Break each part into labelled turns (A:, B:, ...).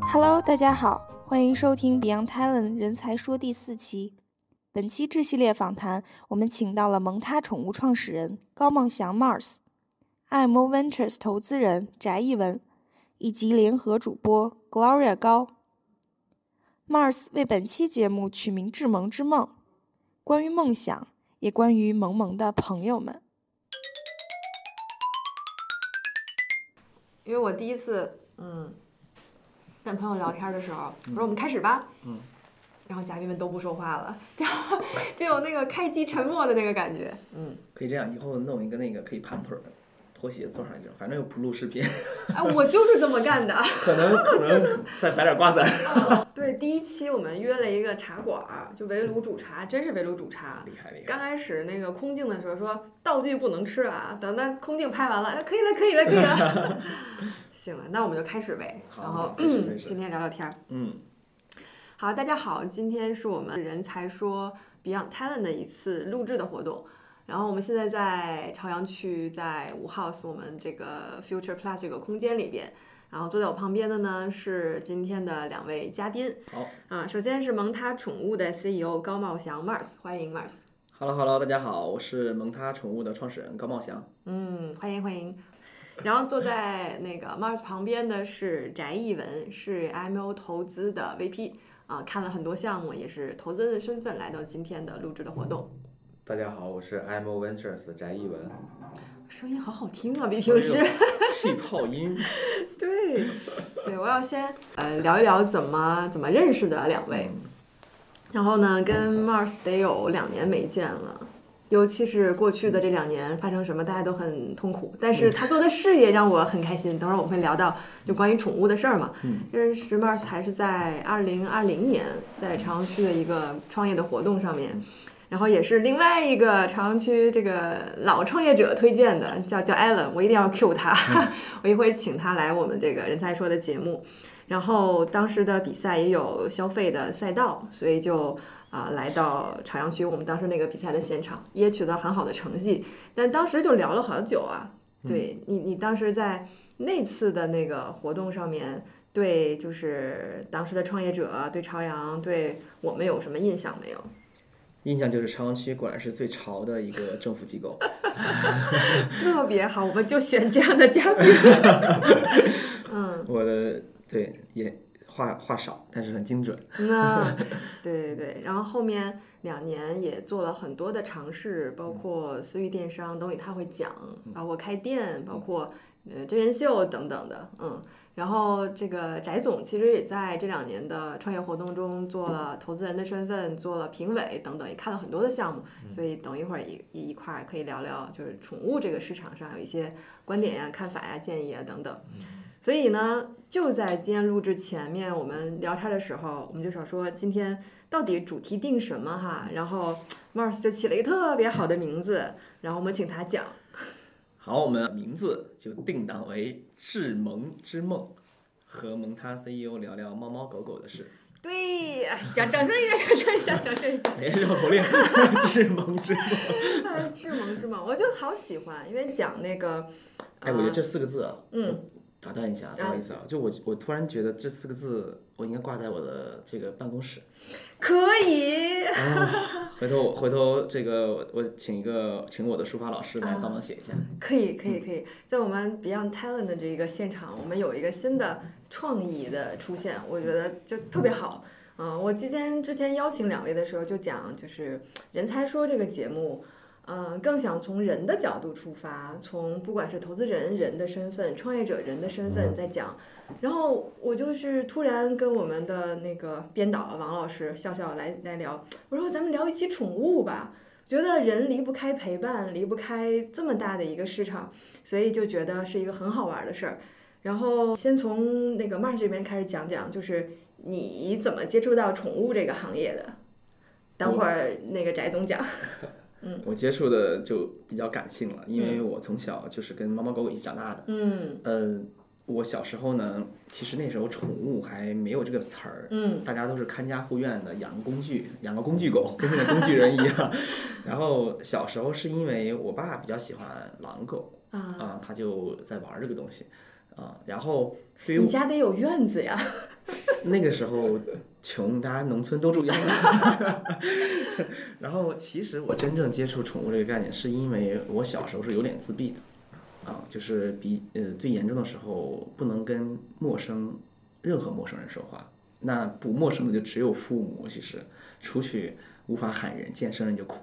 A: Hello，大家好，欢迎收听 Beyond Talent 人才说第四期。本期这系列访谈，我们请到了萌他宠物创始人高梦祥 Mars、IMO Ventures 投资人翟一文，以及联合主播 Gloria 高。Mars 为本期节目取名《致萌之梦》，关于梦想，也关于萌萌的朋友们。
B: 因为我第一次，嗯，跟朋友聊天的时候，我说我们开始吧，
C: 嗯，
B: 然后嘉宾们都不说话了，就就有那个开机沉默的那个感觉，嗯，
C: 可以这样，以后弄一个那个可以盘腿儿的拖鞋坐上去，反正又不录视频，
B: 哎，我就是这么干的。
C: 可能可能再摆点瓜子儿。
B: 对，第一期我们约了一个茶馆儿，就围炉煮茶，真是围炉煮茶。
C: 厉害厉害，
B: 刚开始那个空镜的时候说道具不能吃啊，等到空镜拍完了，哎可以了，可以了，可以了。 行了，那我们就开始呗。
C: 好
B: 然后
C: 开始开
B: 嗯
C: 始
B: 今天聊聊天儿。
C: 嗯，
B: 好，大家好，今天是我们人才说 Beyond Talent 的一次录制的活动。然后我们现在在朝阳区，在五 House 我们这个 Future Plus 这个空间里边。然后坐在我旁边的呢是今天的两位嘉宾
C: 好
B: 啊，首先是萌他宠物的 CEO 高茂祥 Mars，欢迎 Mars。
C: ，Hello Hello，大家好，我是萌他宠物的创始人高茂祥。
B: 嗯，欢迎欢迎。然后坐在那个 Mars 旁边的是翟艺文，是 IMO 投资的 VP 啊、看了很多项目，也是投资人的身份来到今天的录制的活动。
D: 大家好，我是 IMO Ventures 的翟一文。
B: 声音好好听啊，比平时
C: 嗯哎。呦气泡音，
B: 对，对，我要先呃聊一聊怎么怎么认识的两位，然后呢，跟 Mars 得有两年没见了。尤其是过去的这两年发生什么，大家都很痛苦。但是他做的事业让我很开心。等会儿我们会聊到就关于宠物的事儿嘛。
C: 嗯
B: 认识 Mars 还是在二零二零年，在朝阳区的一个创业的活动上面，然后也是另外一个朝阳区这个老创业者推荐的，叫叫 Allen，我一定要 Q 他。我一会请他来我们这个人才说的节目。然后当时的比赛也有消费的赛道，所以就啊、来到朝阳区我们当时那个比赛的现场，也取得很好的成绩。但当时就聊了好久啊，对你，你当时在那次的那个活动上面，对就是当时的创业者，对朝阳，对我们有什么印象没有？
C: 印象就是朝阳区果然是最潮的一个政府机构。
B: 特别好，我们就选这样的嘉宾。嗯，
C: 我的对也话话少，但是很精准。
B: 那对对对，然后后面两年也做了很多的尝试，包括私域电商，等会他会讲，包括开店，包括呃真人秀等等的，嗯。然后这个翟总其实也在这两年的创业活动中做了投资人的身份，做了评委等等，也看了很多的项目，所以等一会儿一一块儿可以聊聊，就是宠物这个市场上有一些观点呀、看法呀、建议啊等等。所以呢，就在今天录制前面，我们聊天的时候，我们就想说今天到底主题定什么哈？然后 Mars 就起了一个特别好的名字，然后我们请他讲。
C: 好，我们名字就定档为“致萌之梦”，和萌他 CEO 聊聊猫猫狗狗的事。
B: 对，哎掌掌声一下，掌声一下，掌声一 下！
C: 哎，绕口令， 致萌之梦。
B: 哎，致萌致萌，我就好喜欢，因为讲那个，
C: 哎，我觉得
B: 呃
C: 这四个字啊，
B: 嗯
C: 我打断一下，不好意思啊，就我我突然觉得这四个字我应该挂在我的这个办公室，
B: 可以，
C: 回头我回头这个我我请一个请我的书法老师来
B: 啊
C: 帮忙写一下，
B: 可以，可以，可以，在我们 Beyond Talent 的这一个现场，我们有一个新的创意的出现，我觉得就特别好。嗯、我之前之前邀请两位的时候就讲，就是《人才说》这个节目，嗯、更想从人的角度出发，从不管是投资人人的身份、创业者人的身份在讲。然后我就是突然跟我们的那个编导王老师笑笑来来聊，我说咱们聊一期宠物吧。觉得人离不开陪伴，离不开这么大的一个市场，所以就觉得是一个很好玩的事儿。然后先从那个 March 这边开始讲讲，就是你怎么接触到宠物这个行业的？等会儿那个翟总讲。
C: 我接触的就比较感性了，因为我从小就是跟猫猫狗狗一起长大的，
B: 嗯
C: 呃，我小时候呢，其实那时候宠物还没有这个词儿，
B: 嗯
C: 大家都是看家护院的，养个工具， 养个工具狗，跟现在工具人 一样。然后小时候是因为我爸比较喜欢狼狗
B: 啊
C: 啊、他就在玩这个东西。啊、啊、然后对于
B: 你家得有院子呀，
C: 那个时候穷，大家农村都住秧歌。 然后其实我真正接触宠物这个概念，是因为我小时候是有点自闭的，啊，就是比呃最严重的时候不能跟陌生任何陌生人说话，那不陌生的就只有父母。其实出去无法喊人，见生人就哭。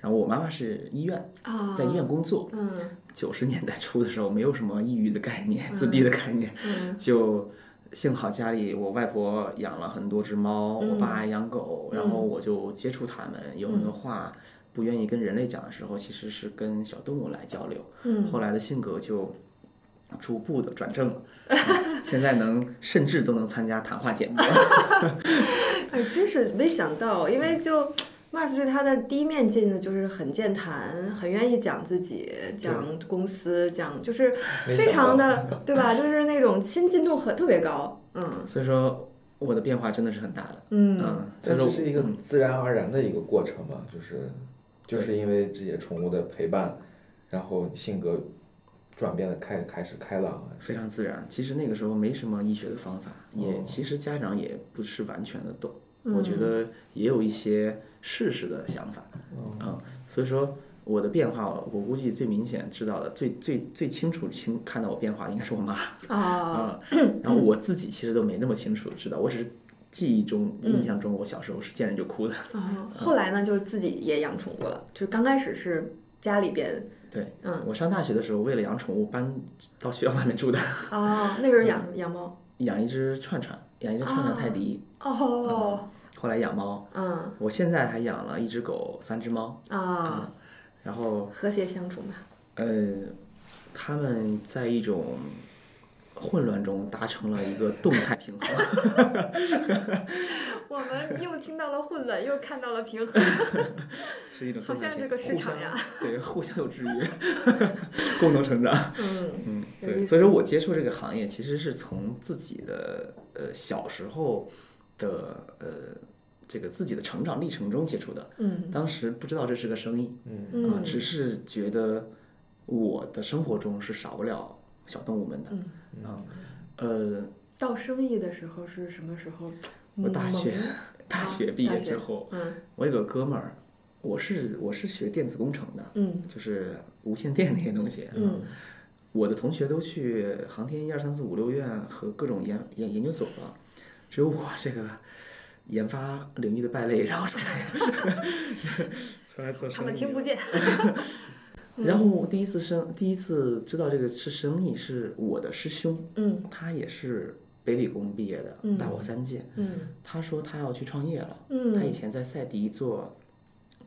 C: 然后我妈妈是医院，
B: 啊，
C: 在医院工作。
B: 嗯
C: 九十年代初的时候，没有什么抑郁的概念、自闭的概念，
B: 嗯
C: 就幸好家里我外婆养了很多只猫，
B: 嗯
C: 我爸养狗，
B: 嗯
C: 然后我就接触它们，有很多话不愿意跟人类讲的时候，其实是跟小动物来交流。
B: 嗯，
C: 后来的性格就逐步的转正了，啊现在能甚至都能参加谈话节目。
B: 哎，真是没想到，因为就 Mars 对他的第一面见的就是很健谈，很愿意讲自己、讲公司、讲，就是
D: 没
B: 非
D: 想
B: 常
D: 到
B: 的，对吧？就是那种亲近度很特别高，嗯
C: 所以说我的变化真的是很大的，
B: 嗯
C: 嗯，所
D: 这
C: 以说
D: 这是一个
C: 嗯
D: 自然而然的一个过程嘛，就是就
C: 对
D: 是因为这些宠物的陪伴，然后性格转变的开开始开朗了，
C: 非常自然。其实那个时候没什么医学的方法，也
D: 哦
C: 其实家长也不是完全的懂。
B: 嗯，
C: 我觉得也有一些试试的想法，
B: 哦
C: 嗯，所以说我的变化，我估计最明显知道的、最最最清楚清看到我变化的应该是我妈
B: 啊，
C: 啊、然后我自己其实都没那么清楚知道，我只是记忆中、
B: 嗯
C: 印象中，我小时候是见人就哭的，
B: 啊后来呢，就是自己也养宠物了，就是刚开始是家里 边
C: 对。
B: 嗯
C: 我上大学的时候，为了养宠物搬到学校外面住的，
B: 啊，那个时候养养猫
C: 养一只串串，养一只串串泰迪，
B: 哦，
C: 后来养猫，
B: 嗯
C: 我现在还养了一只狗、三只猫，
B: 啊，
C: 然后
B: 和谐相处嘛，
C: 呃，他们在一种混乱中达成了一个动态平衡。
B: 我 们又听到了混乱，又看到了平衡，
C: 是一种
B: 好
C: 动态
B: 像
C: 平
B: 这个市
C: 互
B: 场
C: 相
B: 呀，
C: 对，互相有 制约，共同成长。
B: 嗯。
C: 嗯，
B: 有
C: 对，
B: 意
C: 所以说我接触这个行业其实是从自己的呃小时候的呃这个自己的成长历程中接触的。
B: 嗯
C: 当时不知道这是个生意，
D: 嗯，
C: 啊，
B: 嗯
C: 只是觉得我的生活中是少不了小动物们的。
B: 嗯，
C: 呃，
B: 到生意的时候是什么时候？
C: 我大学
B: 萌
C: 大
B: 嗯啊
C: 学毕
B: 大
C: 业
B: 学
C: 之后，
B: 嗯
C: 我有个哥们儿，我是我是学电子工程的，
B: 嗯
C: 就是无线电那些东西。
B: 嗯
C: 我的同学都去航天一二三四五六院和各种研研研究所了，只有我这个研发领域的败类，然后出来 出来做生意。
B: 他们听不。见。嗯
C: 然后我第一次生第一次知道这个是生意，是我的师兄，
B: 嗯
C: 他也是北理工毕业的，
B: 嗯
C: 大我三届。
B: 嗯
C: 他说他要去创业了。他以
B: 嗯
C: 前在赛迪做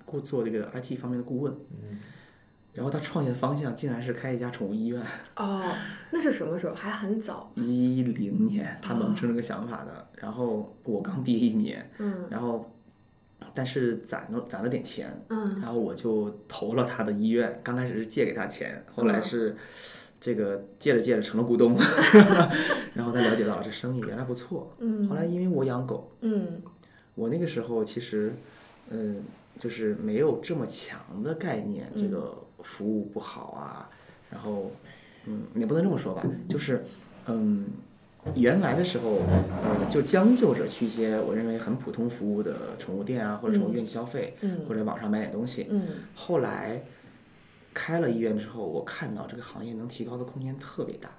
C: 顾做这个 IT 方面的顾问，
D: 嗯
C: 然后他创业的方向竟然是开一家宠物医院。
B: 哦，那是什么时候？还很早。
C: 一零年他萌生这个想法的，然后我刚毕业一年，
B: 嗯
C: 然后但是攒了攒了点钱，
B: 嗯
C: 然后我就投了他的医院。刚开始是借给他钱，后
B: 嗯
C: 来是这个借着借着成了股东， 然后才了解到这生意原来不错。
B: 嗯
C: 后来因为我养狗，
B: 嗯
C: 我那个时候其实，嗯，就是没有这么强的概念，
B: 嗯
C: 这个服务不好啊，然后，嗯，也不能这么说吧，就是，嗯，原来的时候，呃，就将就着去一些我认为很普通服务的宠物店啊，或者宠物院去消费，
B: 嗯
C: 或者网上买点东西。
B: 嗯
C: 后来开了医院之后，我看到这个行业能提高的空间特别大，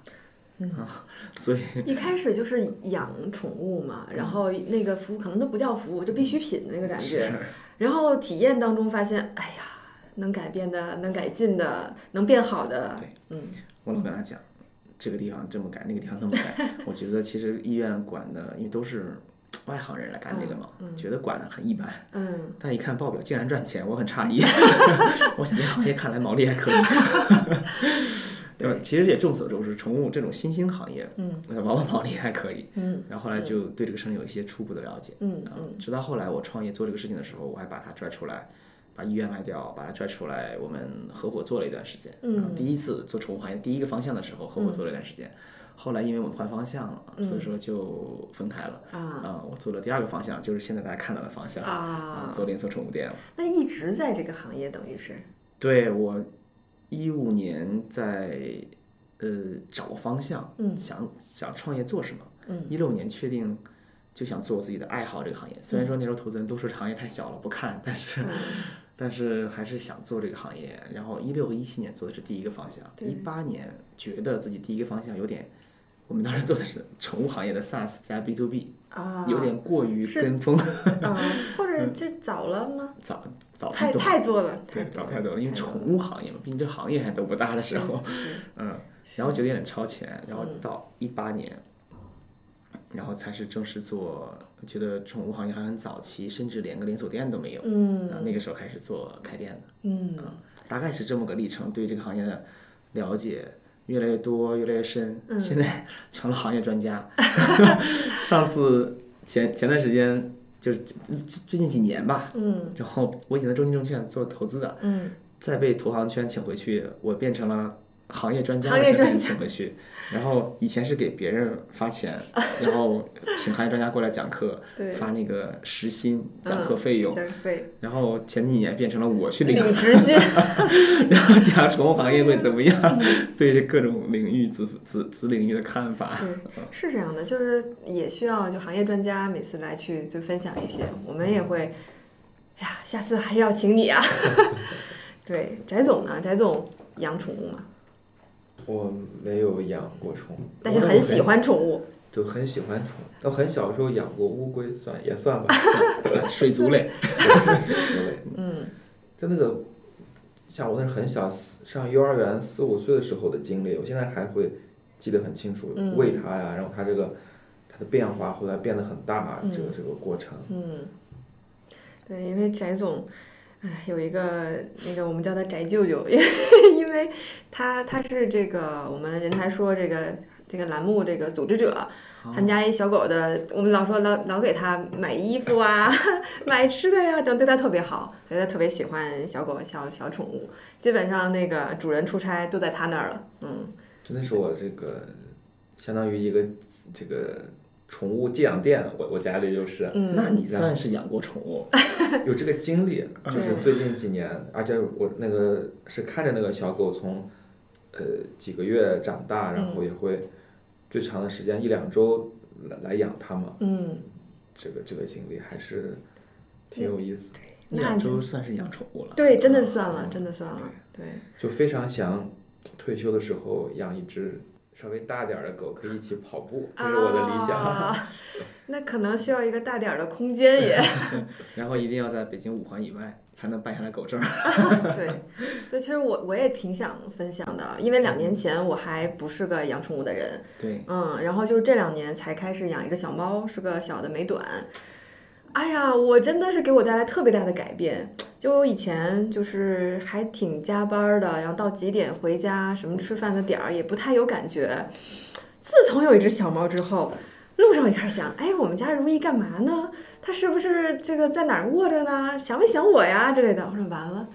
B: 嗯
C: 啊，所以
B: 一开始就是养宠物嘛，
C: 嗯
B: 然后那个服务可能都不叫服务，就必需品那个感
C: 嗯
B: 觉。然后体验当中发现，哎呀，能改变的、能改进的、能变好的
C: 对，
B: 嗯
C: 我老跟他讲，这个地方这么改，那个地方那么 改。我觉得其实医院管的，因为都是外行人来干这个嘛，
B: 嗯嗯
C: 觉得管的很一般。
B: 嗯
C: 但一看报表竟然赚钱，我很 诧异。 我想这行业看来毛利还可以。对吧，其实也众所周知，宠物这种新兴行业，
B: 嗯
C: 呃往往毛利还可以。
B: 嗯
C: 然后后来就对这个生意有一些初步的了解。
B: 嗯
C: 啊
B: 嗯，
C: 直到后来我创业做这个事情的时候，我还把它拽出来，把医院卖掉，把它拽出来，我们合伙做了一段时间。
B: 嗯
C: 啊第一次做宠物行业第一个方向的时候，合伙做了一段时间。后来因为我们换方向了，
B: 嗯
C: 所以说就分开了。
B: 啊
C: 啊，我做了第二个方向，就是现在大家看到的方向，
B: 啊
C: 啊，做连锁宠物店了。
B: 那一直在这个行业，等于是
C: 对我一五年在呃找方向，
B: 嗯
C: 想想创业做什么。
B: 嗯
C: 一六年确定就想做我自己的爱好这个行业，
B: 嗯
C: 虽然说那时候投资人都说这行业太小了不看，但是、 但是还是想做这个行业。然后一六和一七年做的是第一个方向，
B: 对
C: 一八年觉得自己第一个方向有点。我们当时做的是宠物行业的 SaaS 加 B to B，
B: 啊，
C: 有点过于
B: 是
C: 跟风，
B: 啊，或者这早了吗？
C: 早早
B: 太
C: 多了
B: 太做了，
C: 对，早太多了，因为
B: 太多
C: 宠物行业嘛，毕竟这行业还都不大的时候，嗯，然后觉得有点超前，然后到一八年，然后才是正式做，觉得宠物行业还很早期，甚至连个连锁店都没有，然后
B: 嗯
C: 那个时候开始做开店的，
B: 嗯
C: 大概是这么个历程，对这个行业的了解。越来越多，越来越深，
B: 嗯
C: 现 在成了行业专家。 上次前前段时间就是最最近几年吧，
B: 嗯
C: 然后我以前在中信证券做投资的，
B: 嗯，
C: 再被投行圈请回去，我变成了行业专家
B: 行
C: 的
B: 业
C: 身份
B: 专家
C: 请回去。然后以前是给别人 发钱，然后请行业专家过来讲课，
B: 对，嗯
C: 发那个时薪、讲课费用。
B: 加费
C: 然后前几年变成了我去领，
B: 领职薪，
C: 然后讲宠物行业会怎么样，
B: 嗯
C: 对各种领域子子子领域的 看法。
B: 对，是这样的，就是也需要就行业专家每次来去就分享一些，我们也会，哎呀，下次还是要请你啊。 对，翟总呢？翟总养宠物嘛，
D: 我没有养过宠物，
B: 但是很喜，欢宠物，
D: 就很喜欢宠物。我很小的时候养过乌龟，算也算 吧，
C: 算水族类，
D: 之类。
B: 嗯
D: 就那个，像我那是很小上幼儿园四五岁的时候的经历，我现在还会记得很清楚，
B: 嗯
D: 喂它呀，然后它这个它的变化，后来变得很大，
B: 嗯
D: 这个这个过程。
B: 嗯，对，因为翟总，哎，有一个那个我们叫他翟舅 舅，因为因为他他是这个我们人才说这个这个栏目这个组织者，他们家一小狗的，我们老说老老给它买衣服啊， 买吃的呀，这样对它特别好，所以它特别喜欢小狗小小宠物。基本上那个主人出差都在它那儿了，嗯，
D: 真的是我这个相当于一个这个宠物寄养店，我我家里 就是
B: 嗯
C: 那你算是养过宠物？
D: 有这个经历，就是
B: 嗯
D: 最近几年，而且我那个是看着那个小狗从呃几个月长大，然后也会最长的时间一两周来来养它嘛，
B: 嗯，
D: 这个这个经历还是挺有意思的，
C: 一
B: 那
C: 两
B: 你
C: 周算是养宠物了。
B: 对，真的算
D: 哦
B: 了，真的算了，对，
D: 就非常想退休的时候养一只稍微大点儿的狗，可以一起跑步，这是我的理想。
B: 啊那可能需要一个大点儿的空间也。
C: 然后一定要在北京五环以外才能办下来狗证。
B: 对，对，其实我我也挺想分享的，因为两年前我还不是个养宠物的人，
C: 对，
B: 嗯，然后就是这两年才开始养一只小猫，是个小的美短。哎呀，我真的是给我带来特别大的改变。就我以前就是还挺加班儿的，然后到几点回家，什么吃饭的点儿也不太有感觉。自从有一只小猫之后，路上也开始想，哎，我们家如意干嘛呢？它是不是这个在哪儿卧着呢？想没想我呀之类的？我说完了，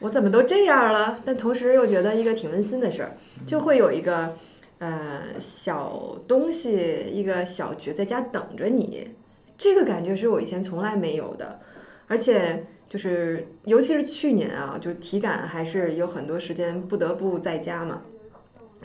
B: 我怎么都这样了？但同时又觉得一个挺温馨的事儿，就会有一个。呃小东西，一个小角在家等着你，这个感觉是我以前从来没有的，而且。就是，尤其是去年啊，就体感还是有很多时间不得不在家嘛。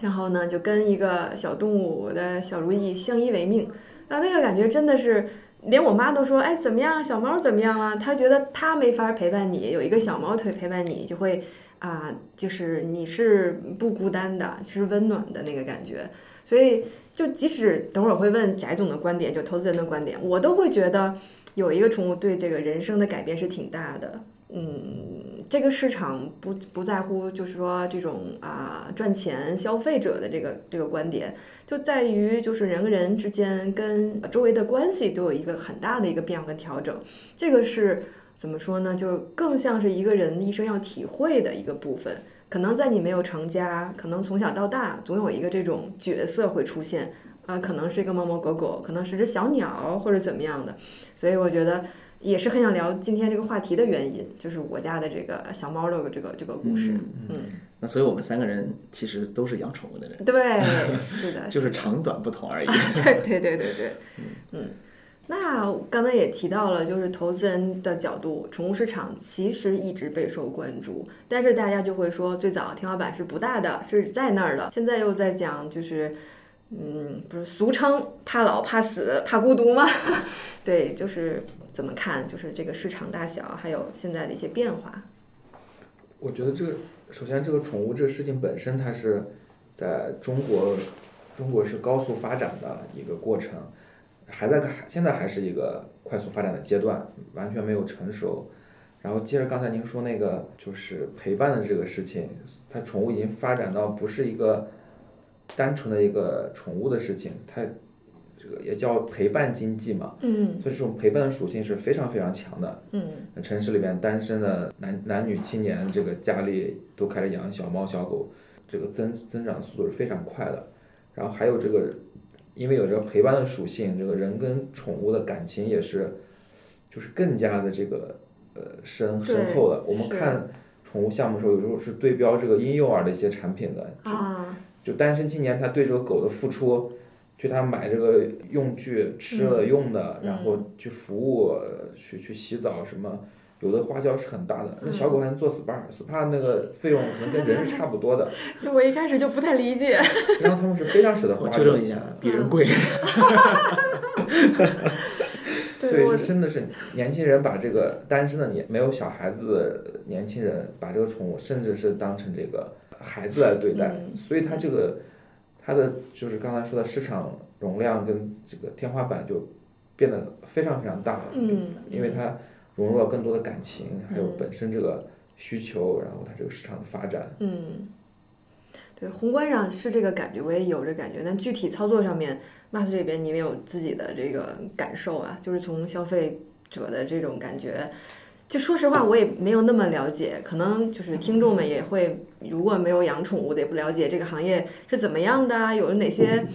B: 然后呢，就跟一个小动物，我的小如意相依为命，啊，那个感觉真的是，连我妈都说，哎，怎么样，小猫怎么样了？她觉得她没法陪伴你，有一个小猫腿陪伴你，就会啊，就是你是不孤单的，是温暖的那个感觉。所以，就即使等会儿会问翟总的观点，就投资人的观点，我都会觉得有一个宠物对这个人生的改变是挺大的。嗯，这个市场不不在乎，就是说这种啊赚钱消费者的这个这个观点，就在于就是人跟人之间跟周围的关系都有一个很大的一个变化跟调整，这个是怎么说呢，就更像是一个人一生要体会的一个部分。可能在你没有成家，可能从小到大总有一个这种角色会出现，啊、可能是一个猫猫狗狗，可能是只小鸟或者怎么样的。所以我觉得也是很想聊今天这个话题的原因，就是我家的这个小猫的这个这个故
C: 嗯
D: 嗯
B: 事。
C: 那所以我们三个人其实都是养宠物的
D: 嗯
C: 人，
B: 对，是的，
C: 就是是
D: 哎
C: 长短不同而已。
B: 对对对对对，嗯。那刚才也提到了，就是投资人的角度，宠物市场其实一直备受关注，但是大家就会说，最早天花板是不大的，是在那儿的，现在又在讲就是。嗯，不是俗称怕老、怕死、怕孤 独吗？对，就是怎么看，就是这个市场大小，还有现在的一些变化。
D: 我觉得这个，首先这个宠物这个事情本身，它是在中国，中国是高速发展的一个过程，还在还现在还是一个快速发展的阶段，完全没有成熟。然后接着刚才您说那个就是陪伴的这个事情，它宠物已经发展到不是一个单纯的一个宠物的事情，它这个也叫陪伴经济嘛，
B: 嗯
D: 所以这种陪伴的属性是非常非常强的。
B: 嗯
D: 城市里面单身的男男女青年，这个家里都开始养小猫小狗，这个增增长速度是非常快的。然后还有这个，因为有这个陪伴的属性，这个人跟宠物的感情也是，就是更加的这个呃深
B: 对
D: 深厚的。我们
B: 是
D: 看宠物项目的时候，有时候是对标这个婴幼儿的一些产品的，就
B: 啊，
D: 就单身青年他对这个狗的付出，去他买这个用具、吃的、用的，
B: 嗯
D: 然后去服务、去去洗澡什么，有的花销是很大的。那小狗
C: 嗯
D: 还能做 SPA，SPA、那个费用可能跟人是差不多的。
B: 就我一开始就不太理解。
D: 然后他们是非常舍得花
C: 我
D: 这
C: 纠
D: 个
C: 正一
D: 钱嗯
C: 下
D: 的。，
C: 比人贵。
D: 对，
B: 我
D: 是真的是年轻人把这个单身的年没有小孩子的年轻人，把这个宠物甚至是当成这个孩子来对待，
B: 嗯
D: 所以它这个它的就是刚才说的市场容量跟这个天花板就变得非常非常大了，
B: 嗯，
D: 因为它融入了更多的感情，还有
B: 嗯
D: 本身这个需求，然后它这个市场的发展，
B: 嗯，对，宏观上是这个感觉，我也有这感觉。但具体操作上面，Mas 这边你们有自己的这个感受啊？就是从消费者的这种感觉，就说实话，我也没有那么了解，可能就是听众们也会，如果没有养宠物的，也不了解这个行业是怎么样的啊，有哪些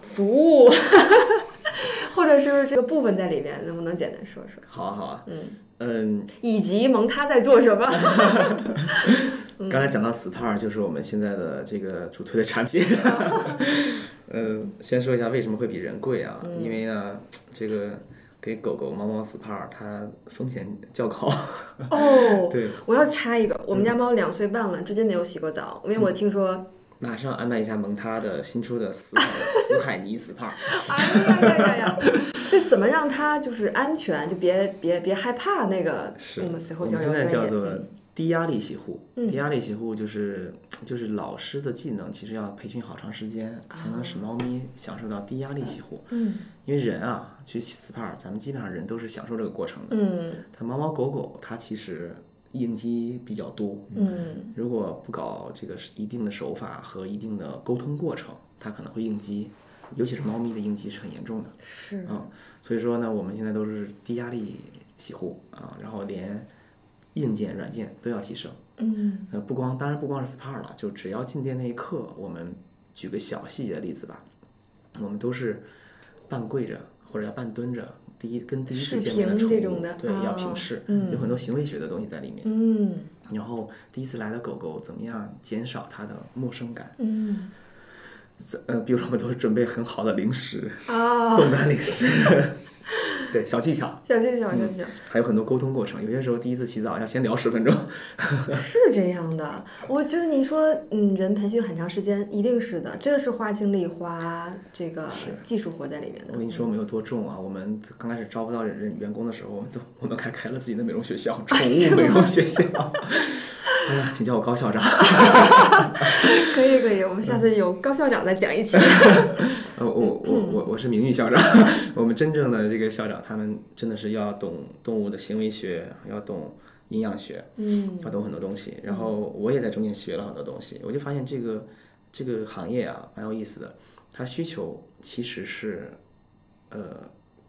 B: 服务， 或者是这个部分在里面，能不能简单说说？
C: 好啊，好啊，
B: 嗯，
C: 嗯，
B: 以及蒙他在做什么？
D: 嗯
C: 刚才讲到 SPA 就是我们现在的这个主推的产 品。嗯，先说一下为什么会比人贵啊？
D: 嗯
C: 因为呢，这个给狗狗、猫猫 SPA 它风险较 高。
B: 哦，
C: 对，
B: 我要插一个，我
C: 嗯
B: 们家猫两岁半了，至今没有洗过澡，因为我听说，
C: 马上安排一下蒙他的新出的死海死海泥 SPA。
B: 哎呀呀呀 呀，这怎么让它就是安全，就别别别害怕那个。
C: 是
B: 我们随后
C: 我
B: 教
C: 们
B: 育
C: 现在
B: 专
C: 叫
B: 业。
C: 做
B: 嗯
C: 低压力洗护。
B: 嗯
C: 低压力洗护就是就是老师的技能，其实要培训好长时间，才能
B: 啊
C: 使猫咪享受到低压力洗护。
B: 嗯
C: 因为人啊，去洗 SPA，咱们基本上人都是享受这个过程的。
B: 嗯
C: 它猫猫狗狗，它其实应激比较多。
B: 嗯
C: 如果不搞这个一定的手法和一定的沟通过程，它可能会应激，尤其是猫咪的应激是很严重的。
B: 是
C: 嗯，所以说呢，我们现在都是低压力洗护啊，然后连硬件、软件都要提升。
B: 嗯
C: 呃，不光当然不光是 SPA 了，就只要进店那一刻，我们举个小细节的例子吧，我们都是半跪着或者要半蹲着，第一跟第一次
B: 视
C: 见面的
B: 频
C: 宠
B: 这
C: 物
B: 种的
C: 对、要平
B: 啊
C: 视，
B: 嗯
C: 有很多行为学的东西在里面。
B: 嗯
C: 然后第一次来的狗狗怎么样减少它的陌生感？
B: 嗯
C: 呃，比如说我们都准备很好的零食，
B: 啊，
C: 冻干零食，对小技巧，
B: 小心小心小心。
C: 还有很多沟通过程。有些时候第一次洗澡要先聊十分钟，嗯
B: 是这样的，我觉得你说，嗯，人培训很长时间，一定是的，这个是花精力、花这个技术活在里面的。
C: 我跟你说我们有多重啊！我们刚开始招不到人员工的时候，我们都我们还开了自己的美容学校，宠物美容学校。哎呀，请叫我高校长。
B: 可以可以，我们下
C: 嗯
B: 次有高校长再讲一期。
C: 呃，我我我我是名誉校长。 我们真正的这个校长，他们真的是要懂动物的行为学，要懂营养学，
B: 嗯
C: 要懂很多东西。然后我也在中间学了很多东西，我就发现这个这个行业啊，蛮有意思的。它需求其实是呃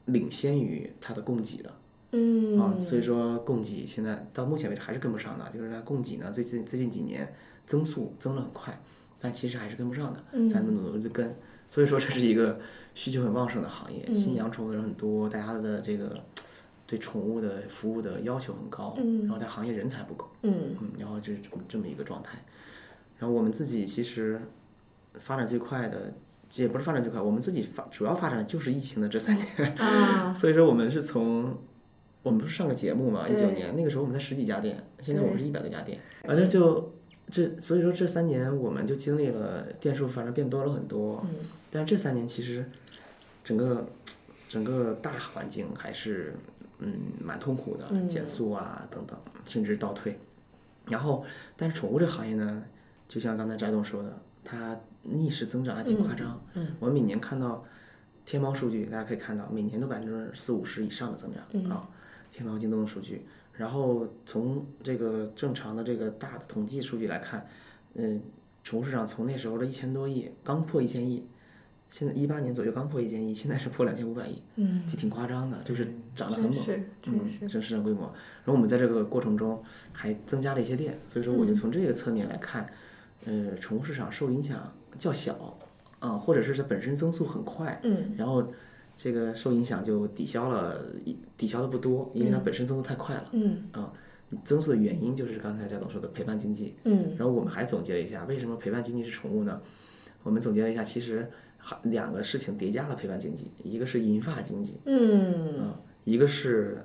C: 领先于它的供给的。
B: 嗯
C: 啊，所以说供给现在到目前为止还是跟不上的，就是它供给呢最近最近几年增速增了很快，但其实还是跟不上的，咱们努力的跟。所以说这是一个需求很旺盛的行业，新养宠物的人很多，大家的这个对宠物的服务的要求很高，然后在行业人才不够，
B: 嗯
C: 嗯，然后就是这么这么一个状态。然后我们自己其实发展最快的也不是发展最快，我们自己发主要发展就是疫情的这三年，
B: 啊，
C: 所以说我们是从我们不是上个节目嘛，一
B: 对
C: 九年那个时候我们才十几家店，现在我们是
B: 对
C: 一百多家店，反正就这所以说这三年我们就经历了店数反正变多了很多，
B: 嗯
C: 但这三年其实整个整个大环境还是嗯蛮痛苦的，
B: 嗯
C: 减速啊等等，甚至倒退。然后，但是宠物这个行业呢，就像刚才翟总说的，它逆势增长还挺夸张。
B: 嗯嗯
C: 我们每年看到天猫数据，大家可以看到每年都百分之四五十以上的增长、
B: 嗯
C: 啊，天猫、京东的数据。然后从这个正常的这个大的统计数据来看，嗯，宠物市场从那时候的一千多亿，刚破一千亿，现在一八年左右刚破一千亿，现在是破两千五百亿，
B: 嗯，
C: 挺挺夸张的，就是涨得很
B: 真
C: 猛。
B: 是真
C: 嗯，
B: 是，
C: 这市场规模。然后我们在这个过程中还增加了一些店，所以说我就
B: 嗯
C: 从这个侧面来看，呃，宠物市场受影响较小啊，或者是它本身增速很快，
B: 嗯
C: 然后这个受影响就抵消了，一抵消的不多，因为它
B: 嗯
C: 本身增速太快了。
B: 嗯
C: 增速的原因就是刚才贾总说的陪伴经济。
B: 嗯
C: 然后我们还总结了一下，为什么陪伴经济是宠物呢？我们总结了一下，其实还两个事情叠加了陪伴经济，一个是银发经济，
B: 嗯
C: 啊，一个是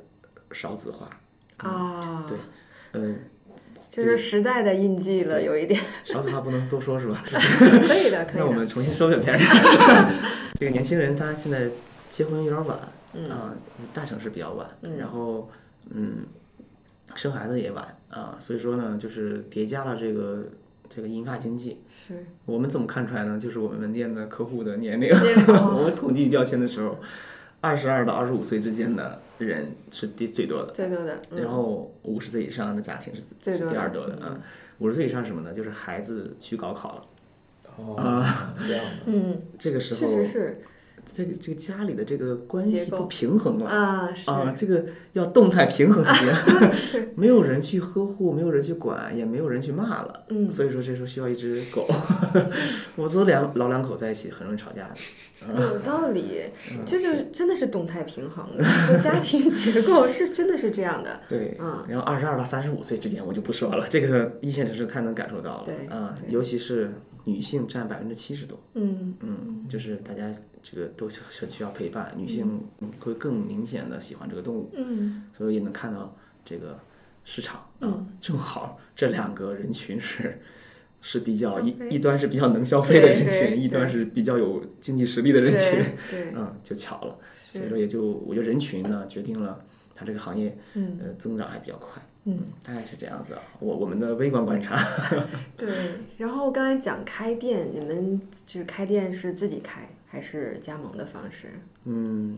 C: 少子化。
B: 啊，
C: 对嗯，
B: 这是时代的印记了，有一点，
C: 少子化不能多说，是吧？
B: 可以的，可
C: 那
B: 以
C: 我
B: 的，
C: 们重新说遍别人。 这个年轻人他现在结婚有点晚啊、
B: 嗯
C: 大城市比较晚，
B: 嗯
C: 然后嗯，生孩子也晚啊、所以说呢，就是叠加了这个这个银发经济。
B: 是，
C: 我们怎么看出来呢？就是我们门店的客户的年龄，
B: 这个
C: 我们统计标签的时候，二十二到二十五岁之间的人是第最多的。
B: 最多的，嗯
C: 然后五十岁以上的家庭是
B: 最
C: 是
B: 多
C: 第
B: 的嗯
C: 二多的啊，五十岁以上是什么呢？就是孩子去高考了，
D: 哦，这样的，
B: 嗯，
C: 这个时
B: 确
C: 候
B: 实是
C: 这个这个家里的这个关
B: 结
C: 系
B: 构
C: 不平衡了
B: 啊，是
C: 啊，这个要动态平衡才 行，没有人去呵护，没有人去管，也没有人去骂了，
B: 嗯
C: 所以说这时候需要一只狗。 我都两老两口在一起很容易吵架的，
B: 有道理，这就是真的是动态平衡的，就家庭结构是真的是这样的。
C: 对，
B: 嗯
C: 然后二十二到三十五岁之间我就不说了，这个一线城市太能感受到了
B: 对
C: 啊，
B: 对
C: 尤其是女性占百分之七十多，
B: 嗯
C: 嗯，就是大家这个都是很需要陪伴，女性会更明显的喜欢这个动物。
B: 嗯
C: 所以也能看到这个市场啊，
B: 嗯
C: 正好这两个人群是是比较
B: 消
C: 一
B: 费
C: 一端是比较能消费的
B: 对
C: 人
B: 对
C: 群，一端
B: 对
C: 是比较有经济实力的人群，
B: 对对
C: 嗯，就巧了。所以
B: 是
C: 说，也就我觉得人群呢决定了它这个行业
B: 嗯
C: 呃增长还比较快，
B: 嗯
C: 大概是这样子啊。我我们的微观观察，
B: 对。然后刚才讲开店，你们就是开店是自己开还是加盟的方式？
C: 嗯。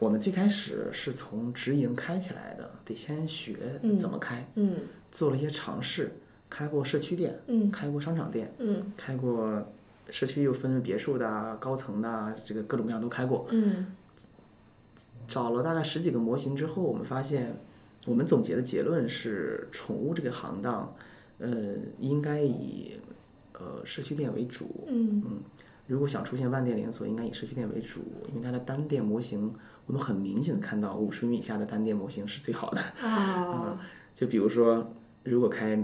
C: 我们最开始是从直营开起来的，得先学
B: 嗯
C: 怎么开，
B: 嗯
C: 做了一些尝试，开过社区店，
B: 嗯
C: 开过商场店，
B: 嗯
C: 开过社区又分别墅的啊、高层的啊，这个各种各样都开过。
B: 嗯
C: 找了大概十几个模型之后，我们发现，我们总结的结论是，宠物这个行当，呃，应该以呃社区店为主。
B: 嗯
C: 如果想出现万店连锁，应该以社区店为主，因为它的单店模型，我们很明显的看到五十米以下的单店模型是最好的。
B: 啊
C: 就比如说，如果开，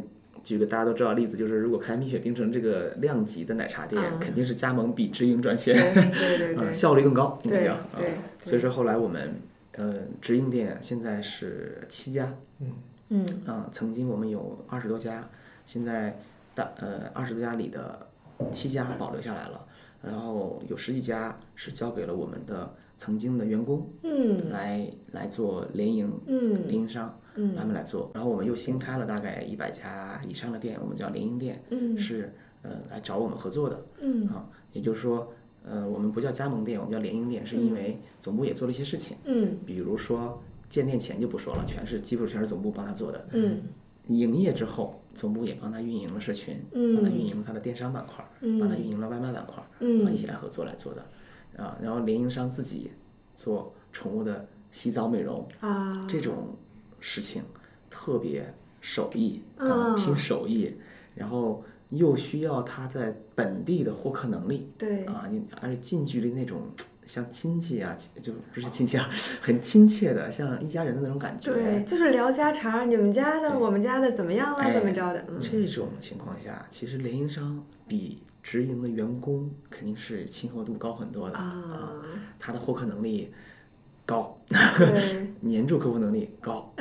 C: 举个大家都知道的例子，就是如果开蜜雪冰城这个量级的奶茶店，
B: 嗯
C: 肯定是加盟比直营赚
B: 对
C: 钱，
B: 对对
C: 嗯，
B: 对
C: 效率更高，应该
B: 对
C: 要。嗯
B: 对，
C: 所以说后来我们，呃，直营店现在是七家，
B: 嗯
C: 啊、曾经我们有二十多家，现在大呃二十多家里的七家保留下来了，然后有十几家是交给了我们的曾经的员工
B: 嗯
C: 来来做联营。
B: 嗯
C: 联营商，他
B: 嗯
C: 们来做，然后我们又新开了大概一百家以上的店，我们叫联营店，
B: 嗯
C: 是呃来找我们合作的，
B: 嗯
C: 啊，也就是说，呃，我们不叫加盟店，我们叫联营店，是因为总部也做了一些事情，
B: 嗯
C: 比如说建店前就不说了，全是基本全是总部帮他做的，
B: 嗯
C: 营业之后，总部也帮他运营了社群，
B: 嗯
C: 帮他运营了他的电商板块，帮他运营了外卖板块，啊，一
B: 嗯
C: 起来合作来做的，啊，然后联营商自己做宠物的洗澡美容
B: 啊
C: 这种事情，特别手艺
B: 嗯
C: 啊，拼手艺，然后又需要他在本地的获客能力。啊
B: 对
C: 啊，你而且近距离那种像亲戚啊，亲就不是亲戚啊， 很亲切的，像一家人的那种感觉。
B: 对，就是聊家常，你们家的、我们家的怎么样了，
C: 哎
B: 怎么着的，嗯，
C: 这种情况下，其实联营商比直营的员工肯定是亲和度高很多的，
B: 啊，
C: 他的获客能力高，
B: 嗯 对，
C: 黏住客户能力高，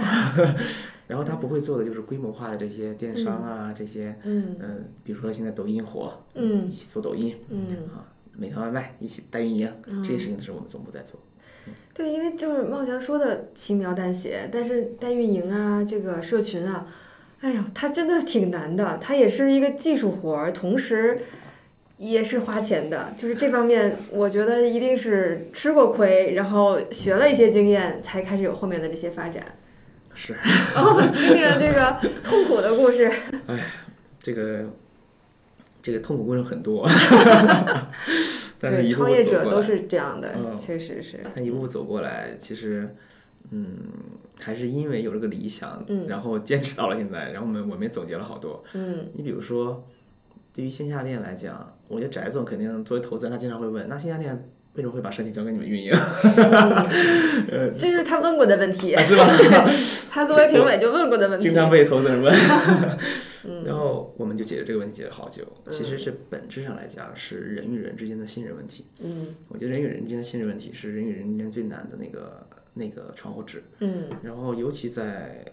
C: 然后他不会做的就是规模化的这些电商啊，这些
B: 嗯
C: 嗯、呃比如说现在抖音火，一
B: 嗯
C: 起做抖音
B: 嗯，
C: 啊，美团外卖一起代运营，
B: 嗯
C: 这些事情都是我们总部在做。
B: 对，因为就是茂翔说的轻描淡写，但是代运营啊，这个社群啊，哎呦，它真的挺难的，它也是一个技术活儿，同时也是花钱的，就是这方面，我觉得一定是吃过亏，然后学了一些经验，才开始有后面的这些发展。
C: 是，
B: 然后我们听听这个痛苦的故事，
C: 这个这个痛苦过程很多， 但是
B: 对，
C: 一步
B: 创
C: 步
B: 业
C: 走
B: 者
C: 过
B: 都
C: 来，
B: 是这样的，
C: 嗯
B: 确实是，
C: 但一步步走过来，其实嗯，还是因为有这个理想，
B: 嗯
C: 然后坚持到了现在，然后我们我们也总结了好多。
B: 嗯
C: 你比如说，对于线下店来讲，我觉得翟总肯定作为投资人，他经常会问，那线下店为什么会把身体交给你们运营？
B: 嗯，这是他问过的问题，是 吧？他作为评委就问过的问题，
C: 经常被投资人问。
B: 嗯
C: 然后我们就解决这个问题解决好久。其实
B: 嗯
C: 这本质上来讲是人与人之间的信任问题。
B: 嗯
C: 我觉得人与人之间的信任问题是人与人之间最难的那个那个窗户纸。
B: 嗯
C: 然后尤其在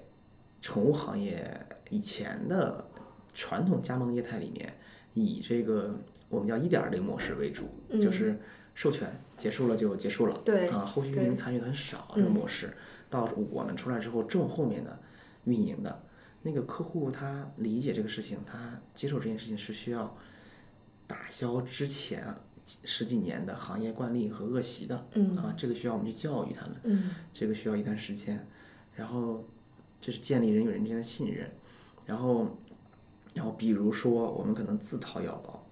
C: 宠物行业以前的传统加盟业态里面，以这个我们叫一点零模式为主，
B: 嗯
C: 就是授权结束了就结束了，
B: 对
C: 啊，后续运
B: 对
C: 营参与的很少这个
B: 嗯
C: 模式。到我们出来之后，正后面的运营的那个客户，他理解这个事情，他接受这件事情是需要打消之前十几年的行业惯例和恶习的
B: 嗯
C: 啊，这个需要我们去教育他们。
B: 嗯
C: 这个需要一段时间，然后这是建立人与人之间的信任，然后，然后比如说我们可能自掏腰包，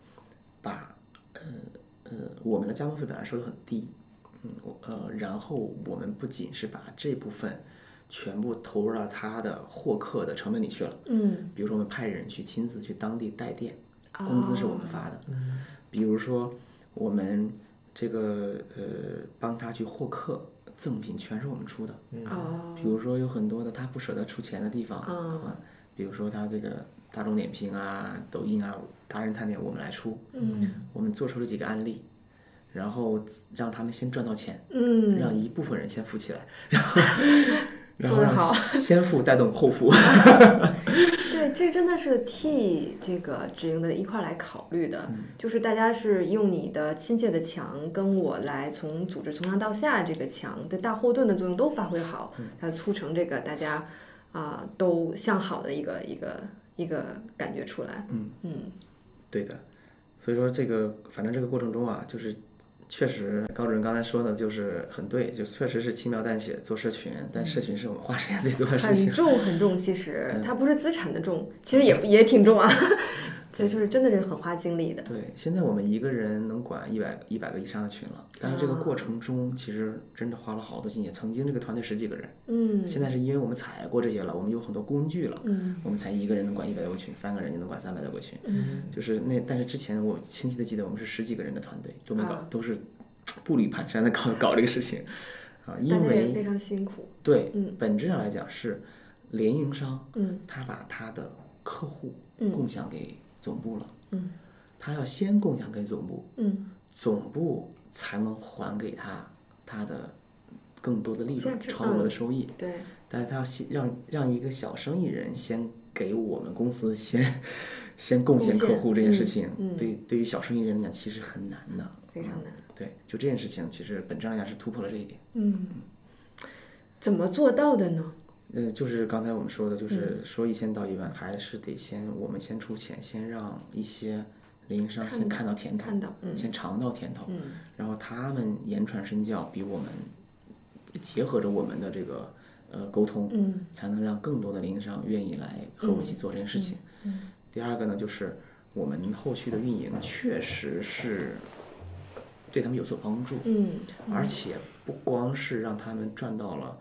C: 把呃呃我们的加盟费本来收的很低，嗯我呃然后我们不仅是把这部分全部投入到他的获客的成本里去了，
B: 嗯，
C: 比如说我们派人去亲自去当地带店，
B: 哦
C: 工资是我们发的，比如说我们这个呃帮他去获客，赠品全是我们出的。
B: 哦，
C: 比如说有很多的他不舍得出钱的地方，
B: 嗯
C: 啊，比如说他这个大众点评啊、抖音啊、达人探店，我们来出，
B: 嗯
C: 我们做出了几个案例，然后让他们先赚到钱，让
B: 嗯，
C: 一部分人先富起来， 然后
B: 做得
C: 然后
B: 好
C: 让先富带动后富，
B: 对，这真的是替这个直营的一块儿来考虑的，
C: 嗯
B: 就是大家是用你的亲切的墙跟我来从组织从上到下这个墙的大后盾的作用都发挥好，
C: 嗯
B: 它促成这个大家啊、都向好的一个一个一个感觉出来。
C: 嗯
B: 嗯
C: 对的，所以说这个反正这个过程中啊，就是确实高主任刚才说的就是很对，就确实是轻描淡写做社群，但
B: 嗯
C: 社群是我们花时间最多的事
B: 很
C: 情。
B: 重很重，其实
C: 嗯
B: 它不是资产的重，其实也也挺重啊， 这就是真的是很花精力的。
C: 对，现在我们一个人能管一百一百个以上的群了，但是这个
B: 啊
C: 过程中其实真的花了好多心血。曾经这个团队十几个人，
B: 嗯，
C: 现在是因为我们踩过这些了，我们有很多工具了，
B: 嗯
C: 我们才一个人能管一百多个群，三个人就能管三百多个群。
B: 嗯
C: 就是那，但是之前我清晰的记得，我们是十几个人的团队，都没搞，
B: 啊
C: 都是步履蹒跚的搞搞这个事情啊，
B: 大
C: 因
B: 家也非
C: 为
B: 常辛苦。
C: 对，
B: 嗯
C: 本质上来讲是联营商，
B: 嗯
C: 他把他的客户
B: 嗯
C: 共享给总部了，
B: 嗯，
C: 他要先共享给总部，
B: 嗯，
C: 总部才能还给他他的更多的利润，
B: 价值
C: 超额的
B: 嗯
C: 收益，
B: 对，
C: 但是他要先让让一个小生意人先给我们公司先 先贡献
B: 贡献
C: 客户这件事
B: 嗯
C: 情，
B: 嗯
C: 对对于小生意人来讲其实很难的。
B: 非常难。
C: 对，就这件事情，其实本质上来讲是突破了这一点。
B: 嗯，怎么做到的呢？
C: 呃，就是刚才我们说的，
B: 嗯
C: 就是说一千道一万，还是得先我们先出钱，先让一些运营商
B: 看
C: 先
B: 到
C: 看到甜头，
B: 看到，嗯
C: 先尝到甜头，
B: 嗯
C: 然后他们言传身教，比我们结合着我们的这个呃沟通，
B: 嗯
C: 才能让更多的零商愿意来和我一起做这件事情。
B: 嗯
C: 第二个呢，就是我们后续的运营确实是对他们有所帮助，
B: 嗯
C: 而且不光是让他们赚到了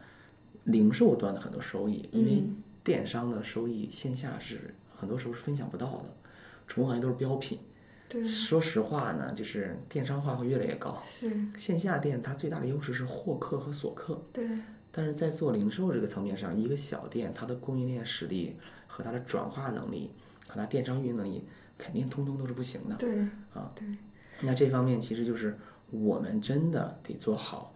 C: 零售端的很多收益，因为
B: 嗯
C: 电商的收益线下是很多时候是分享不到的，宠物行业都是标品，
B: 对，
C: 说实话呢，就是电商化会越来越高。
B: 是，
C: 线下店它最大的优势是获客和锁客，
B: 对，
C: 但是在做零售这个层面上，一个小店它的供应链实力和它的转化能力和它电商运营能力，肯定通通都是不行的。
B: 对，
C: 啊，
B: 对，
C: 那这方面其实就是我们真的得做好，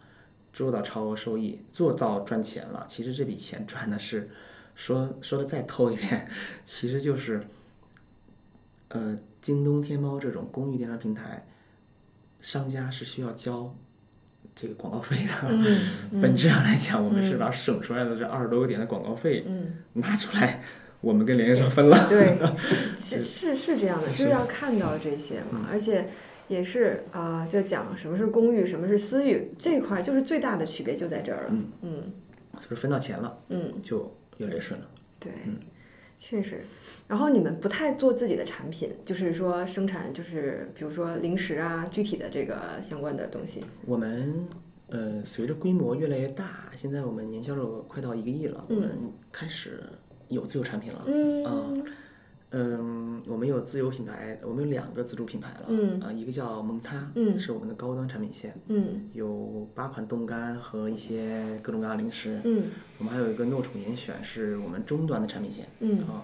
C: 做到超额收益，做到赚钱了。其实这笔钱赚的是，说说的再偷一点，其实就是，呃，京东、天猫这种公域电商平台，商家是需要交这个广告费的。
B: 嗯，
C: 本质上来讲，我们是把省出来的这二十多个点的广告费
B: 嗯，
C: 拿出来，我们跟联营商分 了。
B: 对，是是是这样的，就是
C: 是
B: 要看到这些嘛，而且也是啊、就讲什么是公寓，什么是私域这一块，就是最大的区别就在这儿了。
C: 嗯
B: 嗯
C: 就是分到钱了，
B: 嗯，
C: 就越来越顺了。
B: 对
C: 嗯，
B: 确实。然后你们不太做自己的产品，就是说生产，就是比如说零食啊，具体的这个相关的东西。
C: 我们呃，随着规模越来越大，现在我们年销售额快到一个亿了，
B: 嗯
C: 我们开始有自有产品了。啊
B: 嗯
C: 嗯，我们有自有品牌，我们有两个自主品牌了。
B: 嗯
C: 啊、一个叫蒙他，
B: 嗯
C: 是我们的高端产品线，
B: 嗯
C: 有八款冻干和一些各种各样的零食。
B: 嗯
C: 我们还有一个诺宠严选，是我们中端的产品线。
B: 嗯
C: 啊，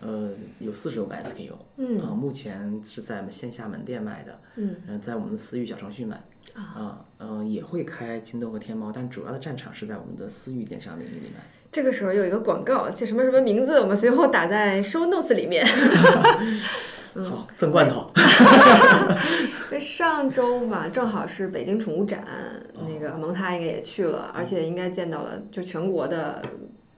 C: 呃，有四十多个 SKU。
B: 嗯
C: 啊，目前是在我们线下门店卖的，
B: 嗯
C: 嗯，在我们的私域小程序买
B: 啊，
C: 啊，嗯、也会开京东和天猫，但主要的战场是在我们的私域电商领域里面。
B: 这个时候有一个广告，叫什么什么名字，我们随后打在 show notes 里面。
C: 好，赠罐头，
B: 那上周嘛，正好是北京宠物展，那个蒙他应该也去了，而且应该见到了，就全国的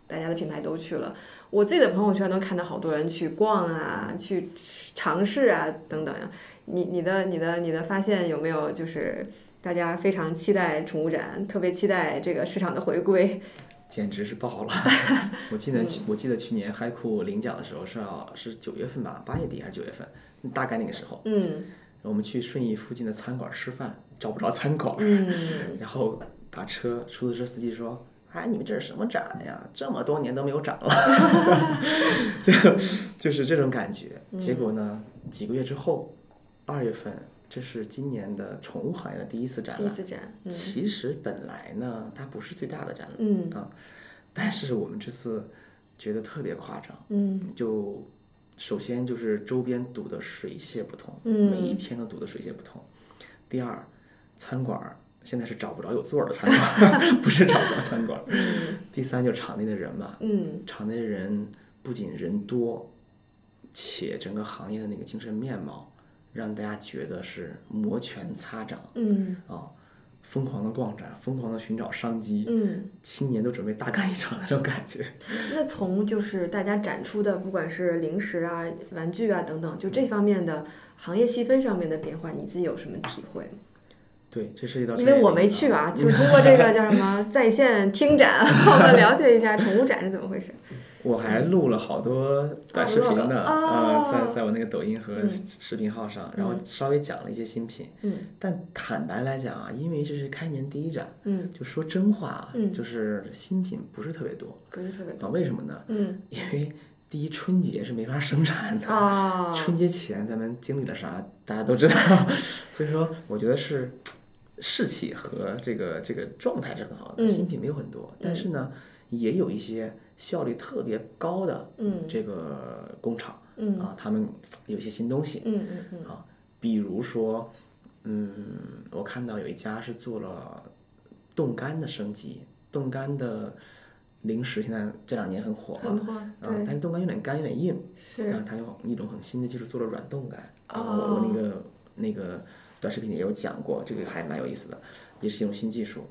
B: 大家的品牌都去了。我自己的朋友圈能看到好多人去逛啊，去尝试啊等等呀、你你的你的你的发现有没有就是大家非常期待宠物展，特别期待这个市场的回 归？
C: 简直是爆了！ 我记得去，我记得去年嗨酷领奖的时候是要是九月份吧，八月底还是九月份，大概那个时候，
B: 嗯
C: 我们去顺义附近的餐馆吃饭，找不着餐馆，
B: 嗯
C: 然后打车，出租车司机说：“哎，你们这是什么展呀？这么多年都没有展了。” 就就是这种感觉。
B: 嗯
C: 结果呢，几个月之后，二月份，这是今年的宠物行业的第一次展
B: 第一
C: 览。
B: 次展， 嗯
C: 其实本来呢，它不是最大的展览，啊
B: 嗯
C: 但是我们这次觉得特别夸张。
B: 嗯
C: 就首先就是周边堵得水泄不通，
B: 嗯
C: 每一天都堵得水泄不通。第二，餐馆儿现在是找不着有座儿的餐馆儿，不 是找不着餐馆儿。第三，就场内的人嘛，
B: 嗯
C: 场内的人不仅人多，且整个行业的那个精神面貌，让大家觉得是摩拳擦掌
B: 嗯
C: 啊。疯狂的逛展，疯狂的寻找商机，
B: 嗯。
C: 新年都准备大干一场的那种感觉。
B: 那从就是大家展出的，不管是零食啊、玩具啊等等，就这方面的行业细分上面的变化，你自己有什么体会吗？
C: 对，这涉及到
B: 因
C: 专
B: 为
C: 业
B: 我
C: 领
B: 没
C: 域
B: 去
C: 了
B: 啊，就是通过这个叫什 么在线听展， 我们了解一下宠物展是怎么回事。
C: 我还
B: 嗯
C: 录了好多短视频呢，
B: 哦
C: 呃，在在我那个抖音和
B: 嗯
C: 视频号上，然后稍微讲了一些新品。
B: 嗯
C: 但坦白来讲啊，因为这是开年第一展，
B: 嗯，
C: 就说真话啊，
B: 嗯
C: 就是新品不是特别多
B: 不是特别
C: 啊。
B: 懂。
C: 为什么呢？
B: 嗯
C: 因为第一春节是没法生产的。
B: 啊，
C: 春节前咱们经历了啥，大家都知道， 所以说我觉得是士气和这个这个状态是很好的，
B: 嗯
C: 新品没有很多，但是呢，也有一些效率特别高的
B: 嗯
C: 这个工厂
B: 嗯
C: 啊，他们有一些新东西，
B: 嗯嗯嗯
C: 比如说，嗯，我看到有一家是做了冻干的升级，冻干的零食现在这两年很火
B: 很
C: 嘛，
B: 多
C: 啊，但
B: 对
C: 是冻干有点干，有点硬，然
B: 是
C: 后它用一种很新的技术做了软冻感，然后
B: 哦
C: 我那个那个短视频里也有讲过，这个还蛮有意思的，也是一种新技术。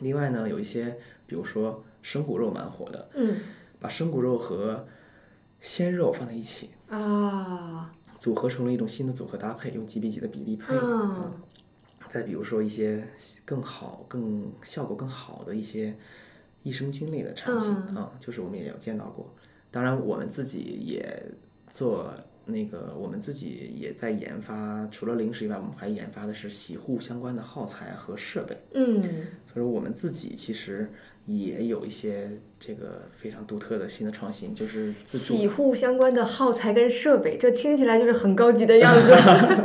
C: 另外呢，有一些比如说生骨肉蛮火的，
B: 嗯
C: 把生骨肉和鲜肉放在一起，
B: 啊
C: 组合成了一种新的组合搭配，用几比几的比例配。
B: 嗯
C: 再比如说一些更好、更效果更好的一些益生菌类的产品啊、
B: 嗯
C: 就是我们也有见到过。当然，我们自己也做那个我们自己也在研发，除了零食以外，我们还研发的是洗护相关的耗材啊和设备。
B: 嗯
C: 所以说我们自己其实也有一些这个非常独特的新的创新，就是自
B: 洗
C: 主。
B: 护相关的耗材跟设备，这听起来就是很高级的样子。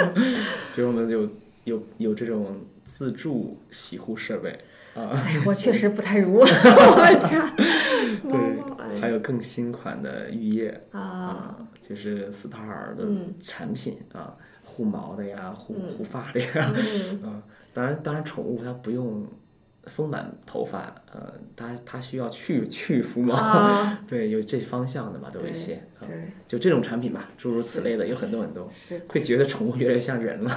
C: 比如我们有有有这种自助洗护设备啊，
B: 哎，我确实不太 如我家猫猫
C: 对，还有更新款的浴液
B: 哎 啊，
C: 啊，就是 SPA 的
B: 嗯
C: 产品啊，护毛的呀，护
B: 嗯
C: 护发的呀，
B: 嗯
C: 嗯，当然，当然，宠物它不用丰满头发，呃，它它需要去
B: 哦
C: 去肤毛，
B: 啊，
C: 对，有这方向的吧，都有
B: 对
C: 一些，啊，
B: 对，
C: 就这种产品吧，诸如此类的有很多很多，
B: 是，
C: 会觉得宠物越来越像人了，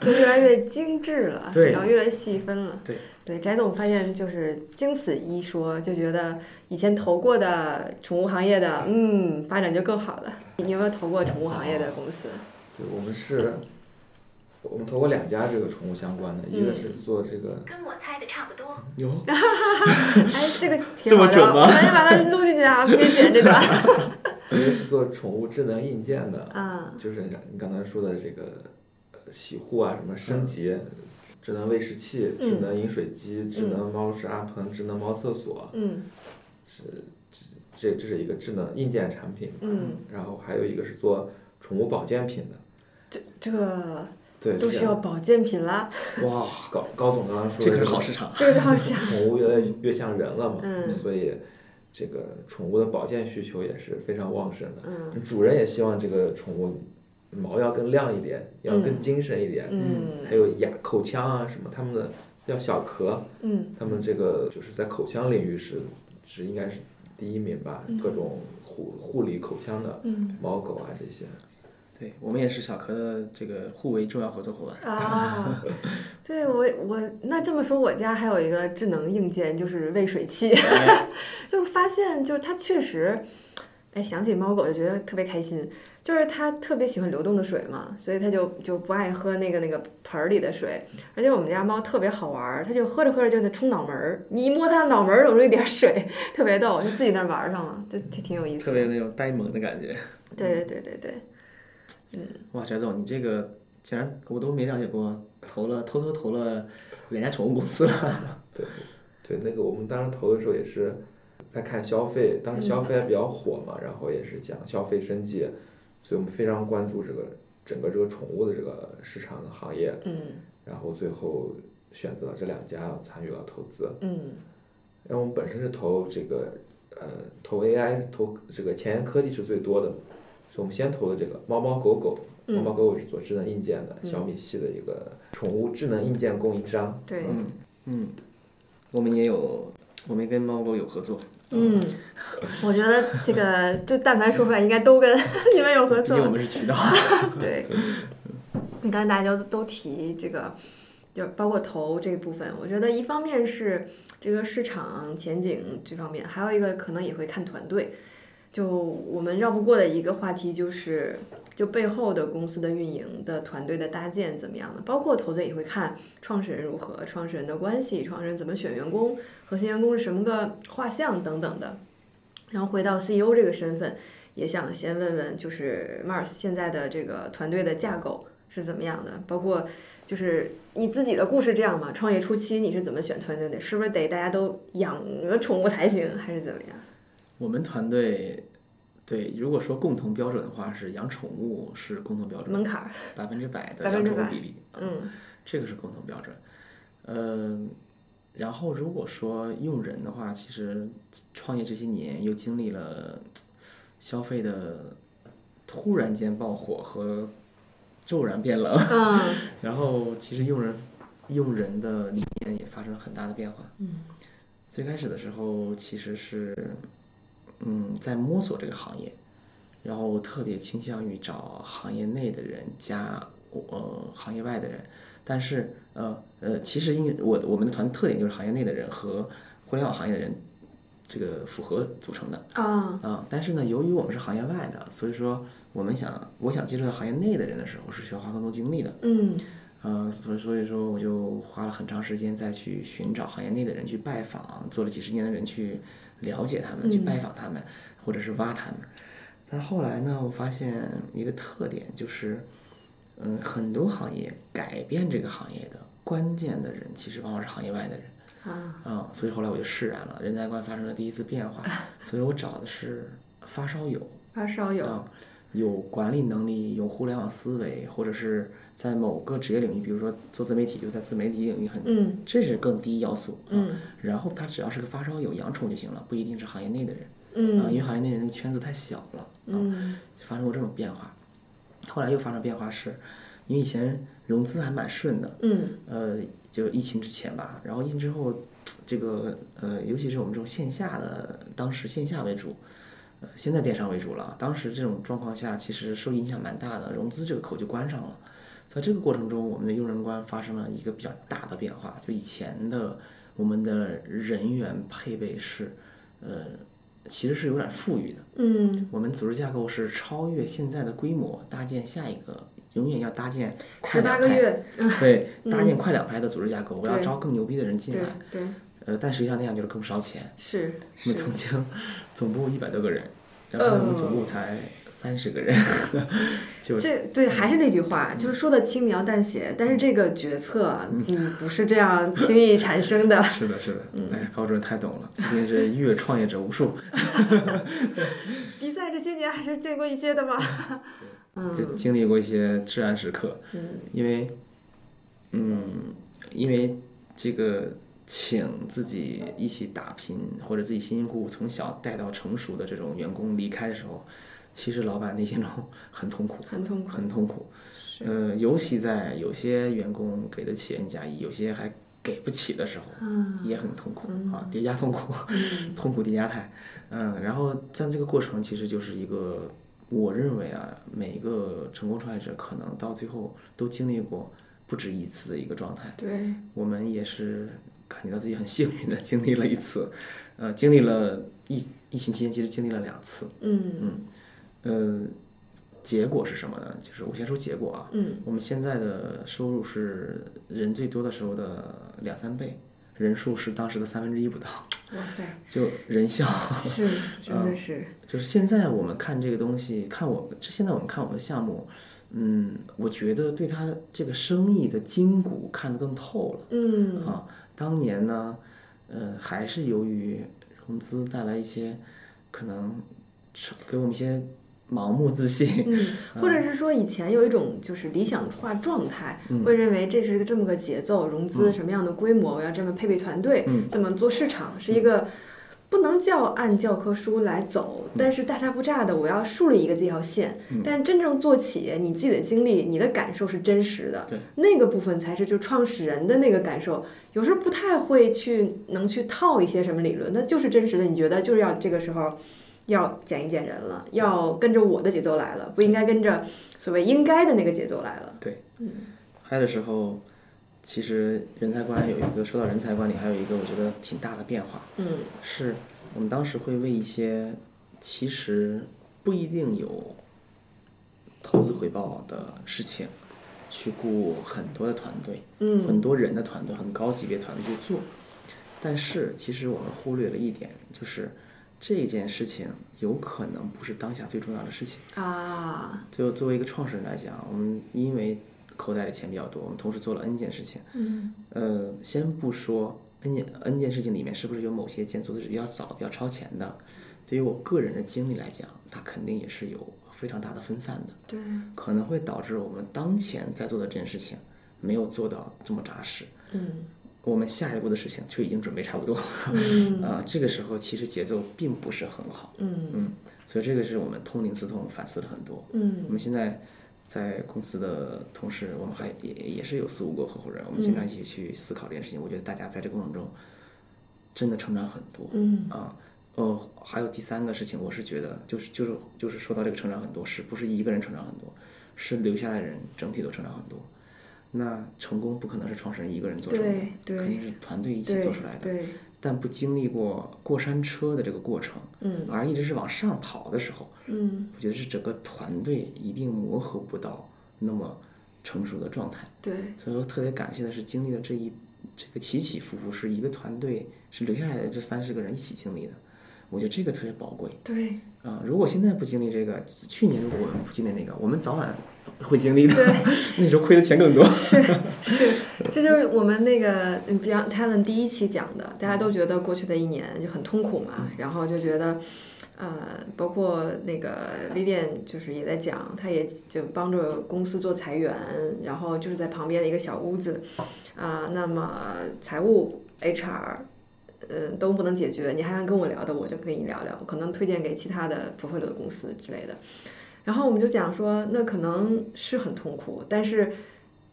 B: 就越来越精致了，
C: 对
B: 然后越来越细分了。
C: 对，
B: 对，翟总发现就是经此一说，就觉得以前投过的宠物行业的，嗯，发展就更好了。你有没有投过宠物行业的公 司？
D: 对，我们是，我们投过两家这个宠物相关的，
B: 嗯
D: 一个是做这个，
E: 跟我猜的差不多。
C: 有
B: 哎，这个挺好的，
C: 这么准吗
B: 我赶紧把它录进去啊，别剪 这段。
D: 一个是做宠物智能硬件的，
B: 啊，
D: 就是你刚才说的这个呃洗护啊，什
C: 嗯
D: 么升级，智能喂食器、智
B: 嗯
D: 能饮水机、智能猫食阿盆、智能猫厕所，
B: 嗯
D: 是这这是一个智能硬件产品，
B: 嗯，
D: 然后还有一个是做宠物保健品的，
B: 这这个
D: 对，
B: 都需要
D: 像
B: 保健品啦，
C: 哇，
D: 高高总刚刚说
C: 这
D: 的
C: 可是
D: 个
C: 好市场，
B: 这个好像
D: 宠物越来越像人了嘛，
B: 嗯
D: 所以这个宠物的保健需求也是非常旺盛的。
B: 嗯
D: 主人也希望这个宠物毛要更亮一点，要更精神一点，还
B: 嗯
D: 有牙、口腔啊什么，它们的要小壳，
B: 嗯
D: 它们这个就是在口腔领域是是应该是第一名吧，各种护护理口腔的
B: 嗯
D: 猫狗啊这些。
C: 对我们也是小壳的这个互为重要合作伙伴，
B: 啊，对我我那这么说，我家还有一个智能硬件，就是喂水器， 就发现就是它确实。哎，想起猫狗就觉得特别开心，就是它特别喜欢流动的水嘛，所以它就就不爱喝那个那个盆儿里的水。而且我们家猫特别好玩儿，它就喝着喝着就得冲脑门儿，你一摸它脑门儿有出一点水，特别逗，就自己那儿玩儿上了，就挺挺有意思
C: 特
B: 的。
C: 别有那种呆萌的感觉。
B: 对对对对对，
C: 哇，翟总，你这个竟然我都没了解过，投了偷偷投了两家宠物公司了，
D: 对，对，那个我们当时投的时候也是在看消费，当时消费还比较火嘛，然后也是讲消费升级，所以我们非常关注这个整个这个宠物的这个市场的行业，
B: 嗯
D: 然后最后选择了这两家参与了投资。
B: 嗯
D: 因为我们本身是投这个呃投 AI 投这个前沿科技是最多的，是我们先投的这个猫猫狗狗。猫猫狗狗是做智能硬件的，小米系的一个宠物智能硬件供应商。
B: 对，
C: 嗯，我们也有，我们跟猫狗有合作。
B: 嗯，我觉得这个就但凡说出来，应该都跟 你们有合
C: 毕竟我
B: 作。
C: 们是渠道，
B: 对，你刚才大家都都提这个，就包括投这部分，我觉得一方面是这个市场前景这方面，还有一个可能也会看团队。就我们绕不过的一个话题就是，就背后的公司的运营的团队的搭建怎么样的，包括投资人也会看创始人如何、创始人的关系、创始人怎么选员工、核心员工是什么个画像等等的。然后回到 CEO 这个身份，也想先问问，就是 Mars 现在的这个团队的架构是怎么样的？包括就是你自己的故事这样吗？创业初期你是怎么选团队的？是不是得大家都养个宠物才行，还是怎么样？
C: 我们团队对，如果说共同标准的话，是养宠物是共同标准
B: 门，槛儿，
C: 百分之百的
B: 百
C: 养
B: 分之
C: 宠
B: 百
C: 物比例，
B: 嗯
C: 这个是共同标准。嗯、然后如果说用人的话，其实创业这些年又经历了消费的突然间爆火和骤然变冷，
B: 嗯
C: 然后其实用人用人的理念也发生了很大的变化。
B: 嗯
C: 最开始的时候其实是，嗯，在摸索这个行业，然后特别倾向于找行业内的人加呃行业外的人，但是呃呃，其实因我我们的团队特点就是行业内的人和互联网行业的人这个复合组成的。
B: 啊
C: 啊、但是呢，由于我们是行业外的，所以说我们想，我想接触到行业内的人的时候，是需要花更多精力的。
B: 嗯
C: 呃，所以所以说我就花了很长时间再去寻找行业内的人去拜访，做了几十年的人去了解他们，去拜访他们，或者是挖他们。但后来呢，我发现一个特点就是，嗯，很多行业改变这个行业的关键的人，其实往往是行业外的人。
B: 啊，
C: 啊、所以后来我就释然了，人才观发生了第一次变化，所以我找的是发烧友，
B: 发烧友，
C: 啊、有管理能力、有互联网思维，或者是在某个职业领域，比如说做自媒体，就在自媒体领域很，
B: 嗯
C: 这是更低要素。啊
B: 嗯
C: 然后他只要是个发烧友、养宠就行了，不一定是行业内的人啊、
B: 嗯
C: 因为行业内人的圈子太小了啊、
B: 嗯
C: 发生过这种变化。后来又发生变化是，因为以前融资还蛮顺的，
B: 嗯
C: 呃，就疫情之前吧，然后疫情之后，这个呃，尤其是我们这种线下的，当时线下为主，呃，现在电商为主了。当时这种状况下，其实受影响蛮大的，融资这个口就关上了。在这个过程中，我们的用人观发生了一个比较大的变化，就以前的我们的人员配备是，呃，其实是有点富裕的。
B: 嗯，
C: 我们组织架构是超越现在的规模，搭建下一个，永远要搭建快
B: 十八
C: 两
B: 个
C: 派
B: 月，
C: 对，
B: 嗯
C: 搭建快两拍的组织架构，我要招更牛逼的人进
B: 对
C: 来。
B: 对
C: 呃，但实际上那样就是更烧钱。
B: 是
C: 我
B: 是
C: 们 曾经总部一百多个人，然后现在我们
B: 嗯
C: 总部才三十 个人，就
B: 这对，嗯还是那句话，就是说的轻描淡写，但是这个决策，嗯，不是这 样轻易产生的。
C: 是的，是的。
B: 嗯
C: 哎，高主任太懂了，毕竟是阅创业者无数。
B: 比赛这些年还是见过一些的吧？
C: 就
B: 嗯
C: 经历过一些至暗时刻，
B: 嗯
C: 因为，嗯，因为这个请自己一起打拼或者自己辛辛苦苦从小带到成熟的这种员工离开的时候，其实老板内心中 很痛苦，
B: 很痛苦
C: 很痛苦。
B: 是
C: 呃，尤其在有些员工给得起 N 加一，有些还给不起的时候，
B: 嗯
C: 也很痛苦
B: 嗯
C: 啊，叠加痛苦。
B: 嗯
C: 痛苦叠加态，嗯，然后在这个过程其实就是一个，我认为啊，每一个成功创业者可能到最后都经历过不止一次的一个状态。
B: 对，
C: 我们也是感觉到自己很幸运的经历了一次， 呃，经历了疫疫情期间其实经历了两次，
B: 嗯
C: 呃，结果是什么呢？就是我先说结果啊，
B: 嗯
C: 我们现在的收入是人最多的时候的两三倍，人数是当时的三分之一不到，
B: 哇塞，
C: 就人效。
B: 是真的是
C: 就是现在我们看这个东西，看我们这现在我们看我们的项目，嗯，我觉得对它这个生意的筋骨看得更透了。
B: 嗯
C: 啊，当年呢，呃，还是由于融资带来一些可能给我们一些盲目自信，
B: 嗯， 或者是说以前有一种就是理想化状态，
C: 嗯
B: 会认为这是这么个节奏，融资什么样的规模，我要这么配备团队，
C: 嗯
B: 这么做市场，是一个不能叫按教科书来走，
C: 嗯
B: 但是大差不差的，我要树立一个这条线。但真正做企业，你自己的经历、你的感受是真实的
C: 对，
B: 那个部分才是就创始人的那个感受。有时候不太会去能去套一些什么理论，那就是真实的。你觉得就是要这个时候。要减一减人了，要跟着我的节奏来了，不应该跟着所谓应该的那个节奏来了。
C: 还有的时候，其实人才观有一个说到人才管理，还有一个我觉得挺大的变化，
B: 嗯
C: 是我们当时会为一些其实不一定有投资回报的事情，去雇很多的团队，很
B: 嗯
C: 多人的团队，很高级别团队去做。但是其实我们忽略了一点，就是这件事情有可能不是当下最重要的事情。
B: 啊，
C: 就作为一个创始人来讲，我们因为口袋里钱比较多，我们同时做了 N 件事情。
B: 嗯
C: 呃，先不说 N 件 N 件事情里面是不是有某些件做的是比较早、比较超前的，对于我个人的经历来讲，它肯定也是有非常大的分散的，
B: 对，
C: 可能会导致我们当前在做的这件事情没有做到这么扎实，
B: 嗯
C: 我们下一步的事情却已经准备差不多了。
B: 嗯
C: 啊、这个时候其实节奏并不是很好，
B: 嗯
C: 所以这个是我们通灵思痛反思了很多。我
B: 嗯
C: 们现在在公司的同事，我们还也也是有四五个合伙人，我们经常一起去思考这件事情。我觉得大家在这过程中真的成长很多
B: 嗯
C: 啊。呃，还有第三个事情，我是觉得就是就是就是说到这个成长很多，是不是一个人成长很多，是留下来的人整体都成长很多。那成功不可能是创始人一个人做成的
B: 对，对
C: 肯定是团队一起
B: 对
C: 做出来的。
B: 对，
C: 但不经历过过山车的这个过程，
B: 嗯
C: 而一直是往上跑的时候，
B: 嗯
C: 我觉得是整个团队一定磨合不到那么成熟的状态。
B: 对，
C: 所以说，特别感谢的是经历了这一这个起起伏伏，是一个团队是留下来的这三十个人一起经历的。我觉得这个特别宝贵
B: 对
C: 啊、如果现在不经历这个，去年如果我们不经历那个，我们早晚会经历的。
B: 对，
C: 那时候亏的钱更多。
B: 是是，这就是我们那个嗯 Beyond Talent 第一期讲的，大家都觉得过去的一年就很痛苦嘛，然后就觉得，呃，包括那个 Vivian 就是也在讲，他也就帮着公司做裁员，然后就是在旁边的一个小屋子，啊、那么财务 HR。嗯，都不能解决，你还想跟我聊的，我就跟你聊聊，可能推荐给其他的 p o r t f o l 的公司之类的。然后我们就讲说，那可能是很痛苦，但是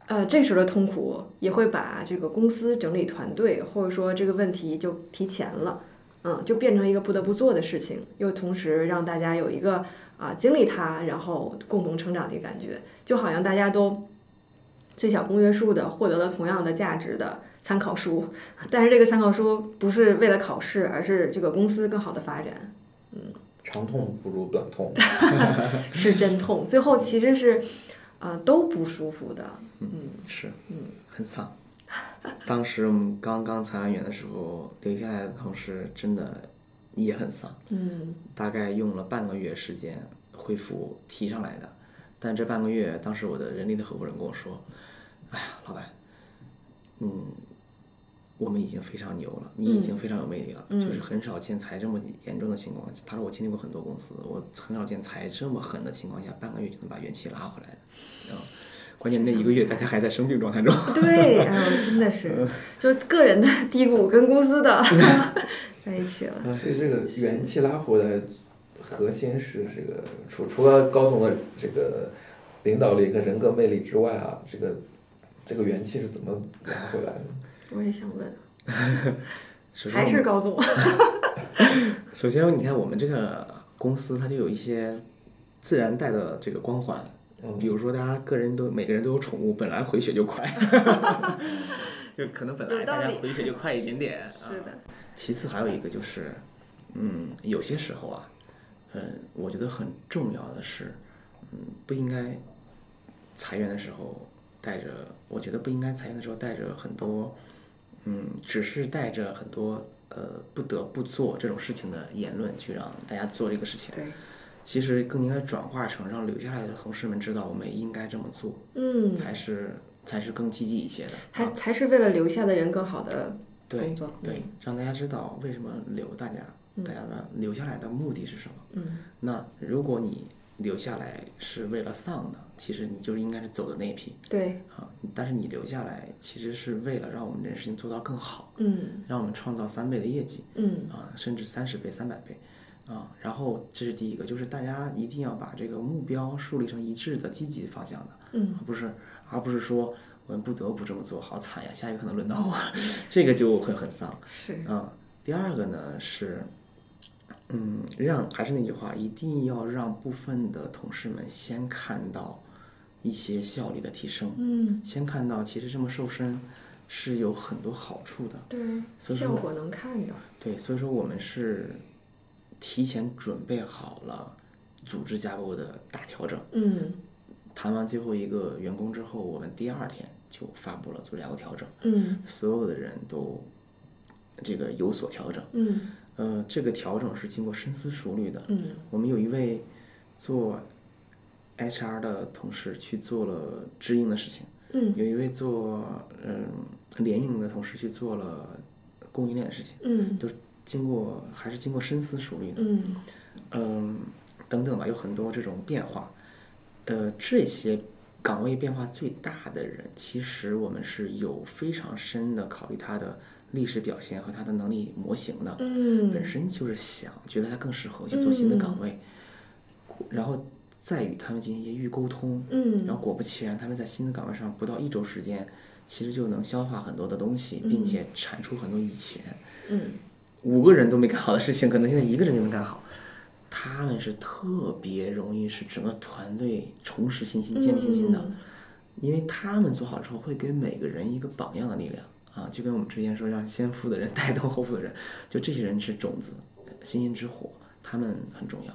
B: 呃，这时候的痛苦也会把这个公司整理团队，或者说这个问题就提前了，嗯，就变成一个不得不做的事情，又同时让大家有一个啊、经历它，然后共同成长的一个感觉，就好像大家都最小公约数的获得了同样的价值的参考书，但是这个参考书不是为了考试，而是这个公司更好的发展。
D: 长痛不如短痛。
B: 是真痛，最后其实是，呃，都不舒服的。
C: 是，嗯，很丧。当时我们刚刚裁完员的时候，留下来的同事真的也很丧，
B: 嗯，
C: 大概用了半个月时间恢复提上来的。但这半个月，当时我的人力的合伙人跟我说：“哎呀，老板，嗯，我们已经非常牛了，你已
B: 嗯
C: 经非常有魅力了，就是很少见裁这么严重的情况。”他说：“我经历过很多公司，我很少见裁这么狠的情况下，半个月就能把元气拉回来的。嗯”关键那一个月大家还在生病 状态中。
B: 对，啊、真的
C: 嗯
B: 是， 就个人的低谷跟公司的 在一起了。
D: 所以这个元气拉回来，核心是这个除除了高总的这个领导力和人格魅力之外啊，这个这个元气是怎么拉回来的？
B: 我也想问，
C: 首先
B: 还
C: 我嗯
B: 是
C: 们，
B: 高总？
C: 首先你看我们这个公司，它就有一些自然带的这个光环，比
D: 嗯，
C: 如说大家个人都每个人都有宠物，本来回血就快， 就可能本来
B: 有道
C: 大家
B: 理
C: 回血就快一点啊点。
B: 是的，
C: 其次还有一个就是，嗯，有些时候啊，嗯，我觉得很重要的是，嗯，不应该裁员的时候带着，我觉得不应该裁员的时候带着很多，嗯，只是带着很多呃不得不做这种事情的言论去让大家做这个事情。
B: 对，
C: 其实更应该转化成让留下来的同事们知道我们也应该这么做，
B: 嗯，
C: 才是才是更积极一些的。
B: 还才是为了留下的人更好的
C: 对
B: 工作。
C: 对，让大家知道为什么留大家，大家的留下来的目的是什么。
B: 嗯，
C: 那如果你留下来是为了丧的，其实你就应该是走的那一批
B: 对，
C: 啊。但是你留下来其实是为了让我们这件事情做到更好，
B: 嗯
C: 让我们创造三倍的业绩
B: 嗯，
C: 啊，甚至三十倍、三百倍。啊，然后这是第一个，就是大家一定要把这个目标树立成一致的、积极方向的，
B: 嗯，
C: 而不是而不是说我们不得不这么做，好惨呀，下一个可能轮到我了，这个就会很丧。
B: 是，
C: 嗯，第二个呢是，嗯，让还是那句话，一定要让部分的同事们先看到一些效率的提升，
B: 嗯，
C: 先看到其实这么瘦身是有很多好处的。
B: 对，
C: 所以
B: 效
C: 说
B: 果能看到。
C: 对，所以说我们是提前准备好了组织架构的大调整。
B: 嗯
C: 谈完最后一个员工之后，我们第二天就发布了组织架构调整，
B: 嗯
C: 所有的人都这个有所调整。
B: 嗯
C: 呃，这个调整是经过深思熟虑的。
B: 嗯
C: 我们有一位做 HR 的同事去做了知应的事情，
B: 嗯
C: 有一位做嗯、联营的同事去做了供应链的事情，
B: 嗯
C: 经过还是经过深思熟虑的，
B: 嗯
C: 嗯，等等吧，有很多这种变化。呃，这些岗位变化最大的人，其实我们是有非常深的考虑他的历史表现和他的能力模型的。
B: 嗯，
C: 本身就是想觉得他更适合去做新的岗位，然后再与他们进行一些预沟通，
B: 嗯
C: 然后果不其然，他们在新的岗位上不到一周时间，其实就能消化很多的东西，并且产出很多以前
B: 嗯
C: 五个人都没干好的事情，可能现在一个人就能干好。他们是特别容易使整个团队重拾信心、建立信心的，
B: 嗯
C: 因为他们做好之后会给每个人一个榜样的力量啊，就跟我们之前说让先富的人 带动后富的人，就这些人是种子，呃星星之火，他们很重要。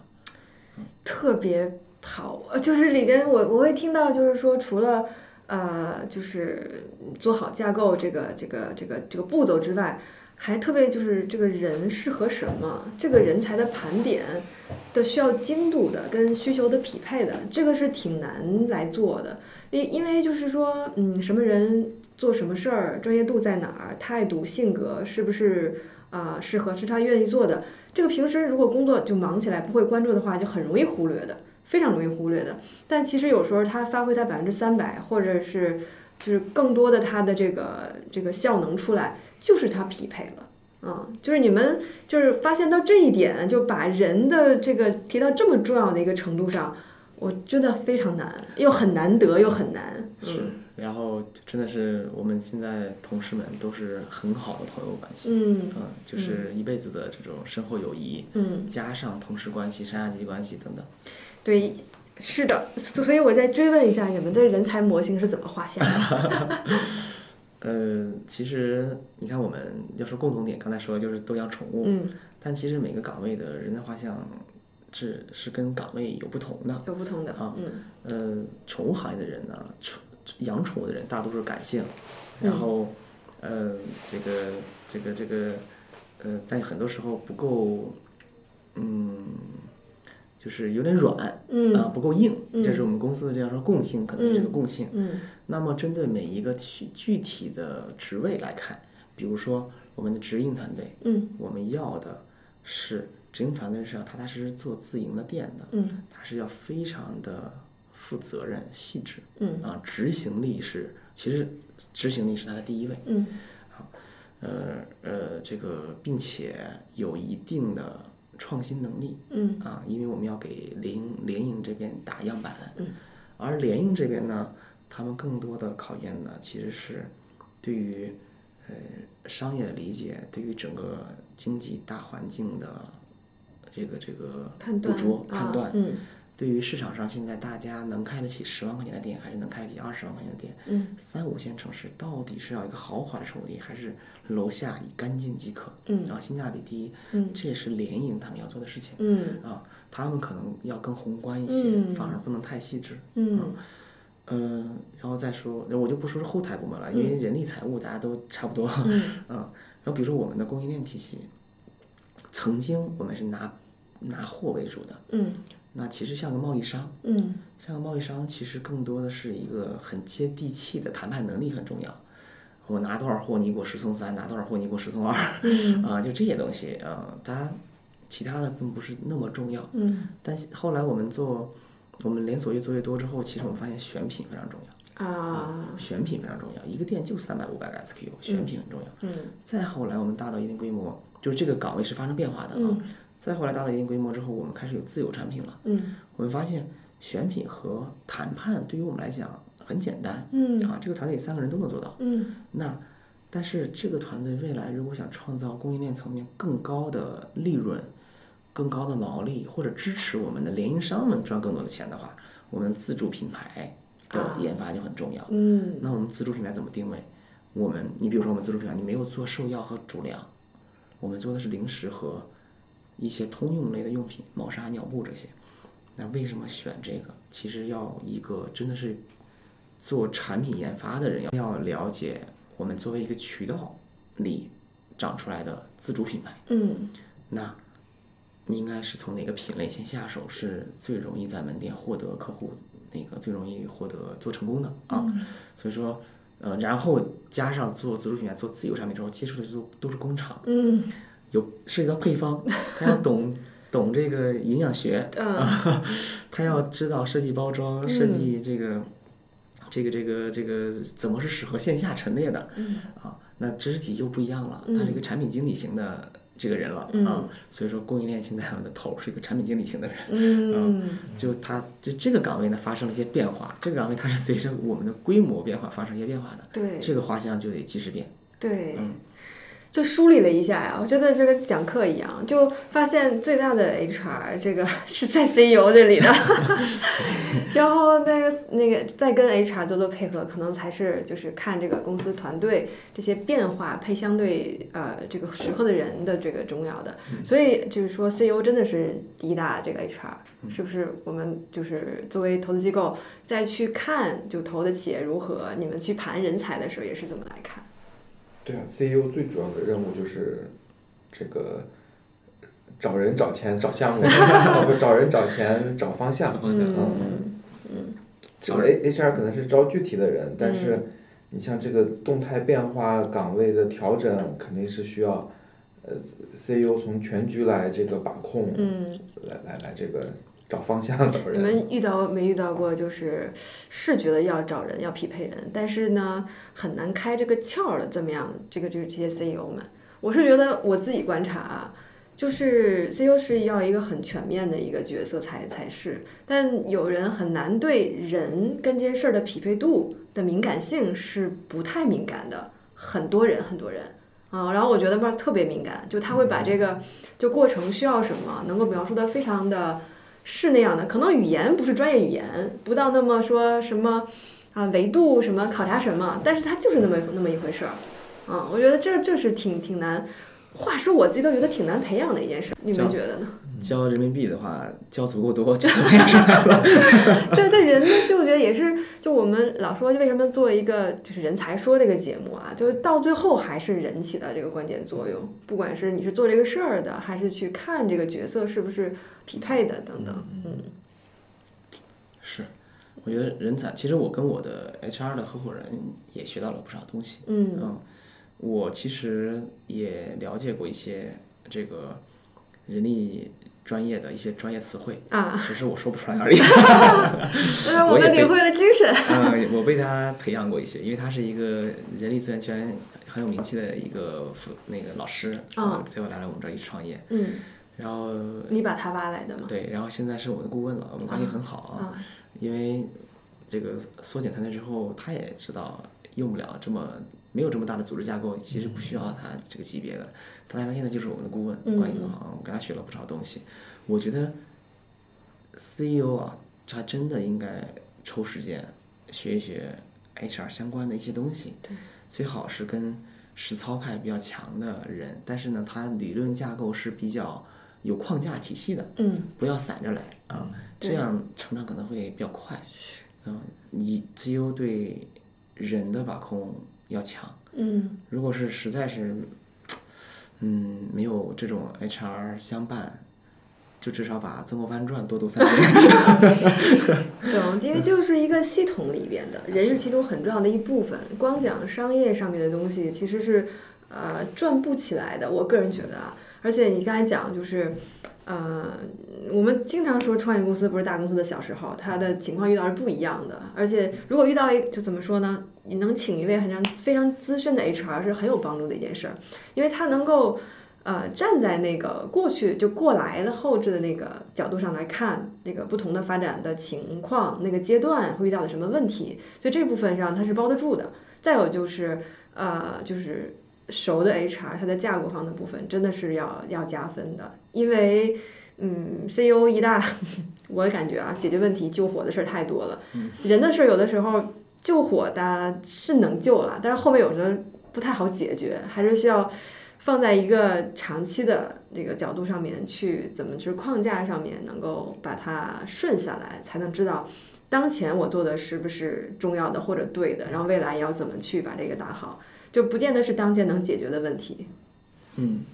B: 特别好，呃就是里边我我会听到，就是说除了呃，就是做好架构这个这个这个这个步骤之外，还特别就是这个人适合什么，这个人才的盘点的需要精度的跟需求的匹配的，这个是挺难来做的。因因为就是说，嗯，什么人做什么事儿，专业度在哪儿，态度、性格是不是啊、适合是他愿意做的，这个平时如果工作就忙起来不会关注的话，就很容易忽略的，非常容易忽略的。但其实有时候他发挥他百分之三百，或者是就是更多的他的这个这个效能出来，就是他匹配了。嗯，就是你们就是发现到这一点，就把人的这个提到这么重要的一个程度上，我真的非常难，又很难得又很难。嗯
C: 是，然后真的是我们现在同事们都是很好的朋友关系，
B: 嗯
C: 嗯，就是一辈子的这种深厚友谊，
B: 嗯，
C: 加上同事关系、上下级关系等等。
B: 对，是的，所所以我再追问一下，你们的人才模型是怎么画下 的？
C: 呃，其实你看，我们要说共同点，刚才说的就是都养宠物，
B: 嗯，
C: 但其实每个岗位的人才画像是是跟岗位有不同的。
B: 有不同的，嗯
C: 呃，宠物行业的人呢，宠养宠物的人大多数感性，然
B: 嗯
C: 后、呃，这个这个这个呃，但很多时候不够，嗯，就是有点软啊、
B: 嗯
C: 不够硬，
B: 嗯
C: 这是我们公司的这样说共性，可能是这个
B: 嗯
C: 共性。
B: 嗯
C: 那么针对每一个具具体的职位来看，比如说我们的直营团队，
B: 嗯
C: 我们要的是直营团队是要踏踏实实做自营的店的，
B: 嗯
C: 它是要非常的负责任、细致
B: 嗯
C: 啊，执行力是其实执行力是它的第一位，
B: 嗯
C: 呃呃，这个并且有一定的创新能力
B: 嗯
C: 啊，因为我们要给联营联营这边打样板，
B: 嗯
C: 而联营这边呢，他们更多的考验呢其实是对于呃商业的理解，对于整个经济大环境的这个这个
B: 判
C: 捕
B: 断
C: 捉
B: 啊
C: 判断，
B: 嗯
C: 对于市场上现在大家能开得起十万块钱的店，还是能开得起二十万块钱的店，
B: 嗯
C: 三五线城市到底是要一个豪华的宠物店，还是楼下以干净即可？
B: 嗯
C: 然后性价比第一，
B: 嗯
C: 这也是联营他们要做的事情
B: 嗯
C: 啊。他们可能要更宏观一些，
B: 嗯
C: 反而不能太细致。
B: 嗯
C: 嗯、然后再说，我就不说是后台部门了，因为人力财务大家都差不多。啊
B: 嗯
C: 然后比如说我们的供应链体系，曾经我们是拿拿货为主的，
B: 嗯
C: 那其实像个贸易商，
B: 嗯
C: 像个贸易商其实更多的是一个很接地气的谈判能力很重要。我拿多少货你给我十送三，拿多少货你给我十送二，
B: 嗯
C: 啊、就这些东西啊、它其他的并不是那么重要。
B: 嗯
C: 但是后来我们做，我们连锁越做越多之后，其实我们发现选品非常重要，
B: 啊
C: 选品非常重要。一个店就三百五百个 SKU，选品很重要。
B: 嗯
C: 再后来我们大到一定规模，就是这个岗位是发生变化的啊。
B: 嗯
C: 再后来达到一定规模之后，我们开始有自有产品了。
B: 嗯
C: 我们发现选品和谈判对于我们来讲很简单，
B: 嗯
C: 啊，这个团队三个人都能做到。
B: 嗯
C: 那但是这个团队未来如果想创造供应链层面更高的利润、更高的毛利，或者支持我们的联营商们赚更多的钱的话，我们自主品牌的
B: 啊
C: 研发就很重要。
B: 嗯
C: 那我们自主品牌怎么定位？我们，你比如说我们自主品牌，你没有做兽药和主粮，我们做的是零食和一些通用类的用品，猫砂、尿布这些。那为什么选这个？其实要一个真的是做产品研发的人要要了解我们作为一个渠道里长出来的自主品牌，
B: 嗯
C: 那你应该是从哪个品类先下手是最容易在门店获得客户那个最容易获得做成功的啊？所以说，呃，然后加上做自主品牌、做自有产品之后，接触的都都是工厂，
B: 嗯
C: 有涉及到配方，他要 懂懂这个营养学，啊
B: 嗯
C: 他要知道设计包装、设计这个、这个、这个、这个怎么是适合线下陈列的、
B: 嗯
C: 啊？那知识体又不一样了，他是一个产品经理型的这个人了、啊
B: 嗯，
C: 所以说供应链现在我们的头儿是一个产品经理型的人，
B: 嗯
C: 就他就这个岗位呢发生了一些变化，这个岗位它是随着我们的规模变化发生一些变化的，
B: 对
C: 这个画像就得及时变。
B: 对
C: 嗯，
B: 就梳理了一下呀，我觉得这个讲课一样，就发现最大的 HR 这个 是在 CEO 这里的，然后那个那个再跟 HR 多多配合，可能才是就是看这个公司团队这些变化配相对呃这个适合的人的这个重要的，所以就是说 CEO 真的是第一大这个 HR，是不是？我们就是作为投资机构再去看就投的企业如何，你们去盘人才的时候也是怎么来看？
D: 对啊，CEO 最主要的任务就是这个找人、找钱、找项目， 不找人、找钱、找方向。
C: 方向，
B: 嗯嗯
D: 这个 A H R 可能是招具体的人，但是你像这个动态变化、岗位的调整，肯定是需要呃 C E O 从全局来这个把控，
B: 嗯，
D: 来来来这个找方向找
B: 你
D: 人。
B: 们遇到没遇到过就是是觉得要找人要匹配人，但是呢很难开这个窍的，怎么样？这个就是这些 CEO 们，我是觉得我自己观察啊。就是 CEO 是要一个很全面的一个角色才才是，但有人很难对人跟这些事儿的匹配度的敏感性是不太敏感的，很多人很多人啊、然后我觉得 Mars 特别敏感，就他会把这个就过程需要什么能够描述的非常的是那样的，可能语言不是专业语言，不到那么说什么啊维度什么考察什么，但是它就是那么那么一回事儿，嗯，我觉得这这是挺挺难，话说我自己都觉得挺难培养的一件事，你们
C: 讲
B: 觉得呢？
C: 交人民币的话，交足够多就没有事儿了。
B: 对对，人的嗅觉也是，就我们老说为什么做一个就是人才说这个节目啊，就是到最后还是人起的这个关键作用，不管是你是做这个事儿的，还是去看这个角色是不是匹配的等等，嗯
C: 是，我觉得人才，其实我跟我的 HR 的合伙人也学到了不少东西。
B: 嗯
C: 嗯，我其实也了解过一些这个人力专业的一些专业词汇，
B: 啊，
C: 只是我说不出来 而已。
B: 让我
C: 我也
B: 们领
C: 被
B: 会了精神。
C: 嗯，我被他培养过一些，因为他是一个人力资源圈很有名气的一个辅那个老师，
B: 嗯
C: 啊，最后来了我们这里创业，
B: 嗯，
C: 然后
B: 你把他挖来的吗？
C: 对，然后现在是我的顾问了，我们关系很好啊，
B: 啊，
C: 因为这个缩减团队之后，他也知道用不了这么没有这么大的组织架构，其实不需要他这个级别的。但他现在就是我们的顾问，关系很好，我跟他学了不少东西。我觉得 CEO 啊，他真的应该抽时间学一学 HR 相关的一些东西，最好是跟实操派比较强的人，但是呢，他理论架构是比较有框架体系的。
B: 嗯，
C: 不要散着来啊，这
B: 对
C: 样成长可能会比较快。嗯，你 CEO 对人的把控要强。
B: 嗯
C: 如果是实在是，嗯，没有这种 HR 相伴，就至少把《曾国藩传》多读 三遍。
B: 懂，嗯因为就是一个系统里边的人是其中很重要的一部分。光讲商业上面的东西，其实是呃转不起来的。我个人觉得啊，而且你刚才讲就是。呃，我们经常说创业公司不是大公司的小时候，它的情况遇到是不一样的。而且如果遇到一就怎么说呢，你能请一位很长非常资深的 HR 是很有帮助的一件事儿，因为他能够呃站在那个过去就过来的后置的那个角度上来看那个不同的发展的情况，那个阶段会遇到的什么问题，所以这部分上它是包得住的。再有就是呃就是熟的 HR 它在架构方的部分真的是要要加分的，因为嗯 CEO 一大 我感觉啊，解决问题救火的事儿太多了，人的事儿有的时候救火的是能救了，但是后面有的不太好解决，还是需要放在一个长期的这个角度上面去，怎么就是框架上面能够把它顺下来，才能知道当前我做的是不是重要的或者对的，然后未来要怎么去把这个打好，就不见得是当前能解决的问题。
C: 嗯，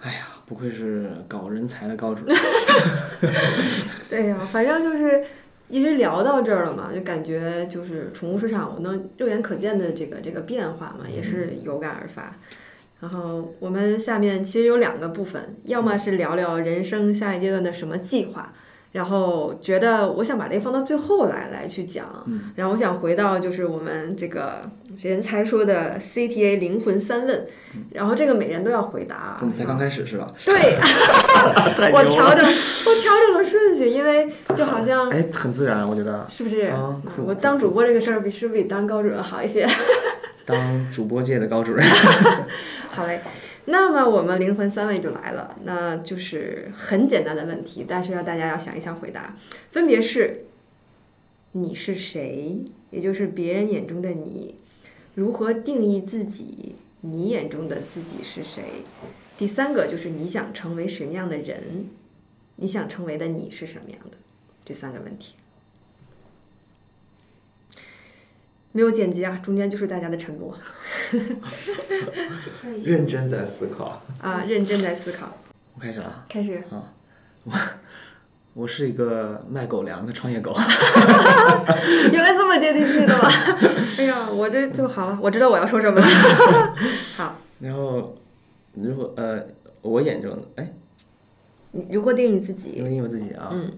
C: 哎呀，不愧是搞人才的高手。
B: 嗯对呀、反正就是一直聊到这儿了嘛，就感觉就是宠物市场，我能肉眼可见的这个这个变化嘛，也是有感而发。然后我们下面其实有两个部分，要么是聊聊人生下一阶段的什么计划，然后觉得我想把这个放到最后来来去讲，然后我想回到就是我们这个人才说的 CTA 灵魂三问，然后这个每人都要回答。
C: 我们才刚开始是吧？哎
B: 对，我
C: 嗯牛
B: 调整，我调整了顺序，因为就好 像
C: 哎，很自然，我觉得。
B: 是不是？
C: 啊
B: 嗯
C: 酷
B: 我
C: 酷
B: 当主播这个事儿比是不是比当高主任好一些？
C: 当主播界的 高主任，
B: 好嘞，那么我们灵魂三位就来了，那就是很简单的问题，但是要大家要想一想回答，分别是：你是谁？也就是别人眼中的你，如何定义自己？你眼中的自己是谁？第三个就是你想成为什么样的人？你想成为的你是什么样的？这三个问题。没有剪辑啊，中间就是大家的沉默。
D: 认真在思考。
B: 啊，认真在思考。
C: 我开始了，
B: 开始，
C: 我是一个卖狗粮的创业狗。
B: 原来这么接地气的吗？ 哎呀，我这就好了，我知道我要说什么了。好，
C: 然后，如果呃，我眼中，哎，
B: 你如何定义自
C: 因
B: 己？
C: 为定义我自己啊，
B: 嗯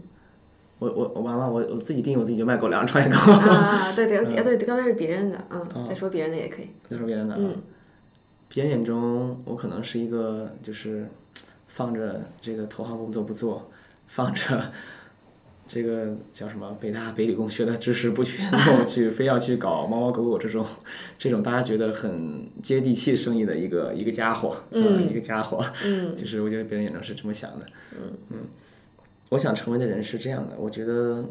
C: 我我我完了，我我自己定义我自己就卖狗粮创业狗，
B: 啊，对对
C: 嗯
B: 啊对，刚才是别人的，
C: 啊
B: 嗯，再说别人的也可以。
C: 再说别人的啊，
B: 嗯
C: 别人眼中我可能是一个就是放着这个投行工作不做，放着这个叫什么北大北理工学的知识不 去弄去，非要去搞猫猫狗狗这种这种大家觉得很接地气生意的一个一个家伙，啊
B: 嗯
C: 一个家伙，
B: 嗯
C: 就是我觉得别人眼中是这么想的。嗯我想成为的人是这样的，我觉得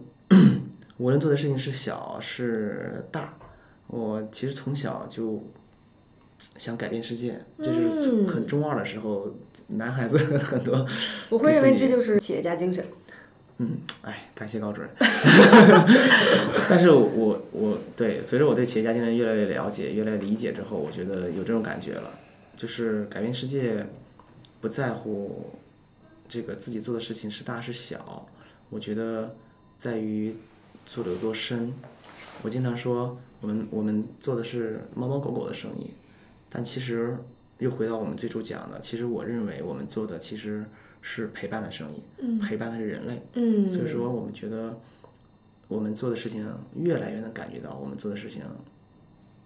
C: 无论做的事情是小是大，我其实从小就想改变世界，这
B: 嗯
C: 就是很中二的时候，男孩子 很多，
B: 我会认为
C: 给自
B: 这
C: 己
B: 就是企业家精神。
C: 嗯，哎，感谢高主任。 但是我我对随着我对企业家精神越来越了解、越来越理解之后，我觉得有这种感觉了，就是改变世界，不在乎这个自己做的事情是大是小，我觉得在于做的有多深。我经常说，我们我们做的是猫猫狗狗的生意，但其实又回到我们最初讲的，其实我认为我们做的其实是陪伴的生意，陪伴的是人类。
B: 嗯，
C: 所以说，我们觉得我们做的事情越来越能感觉到，我们做的事情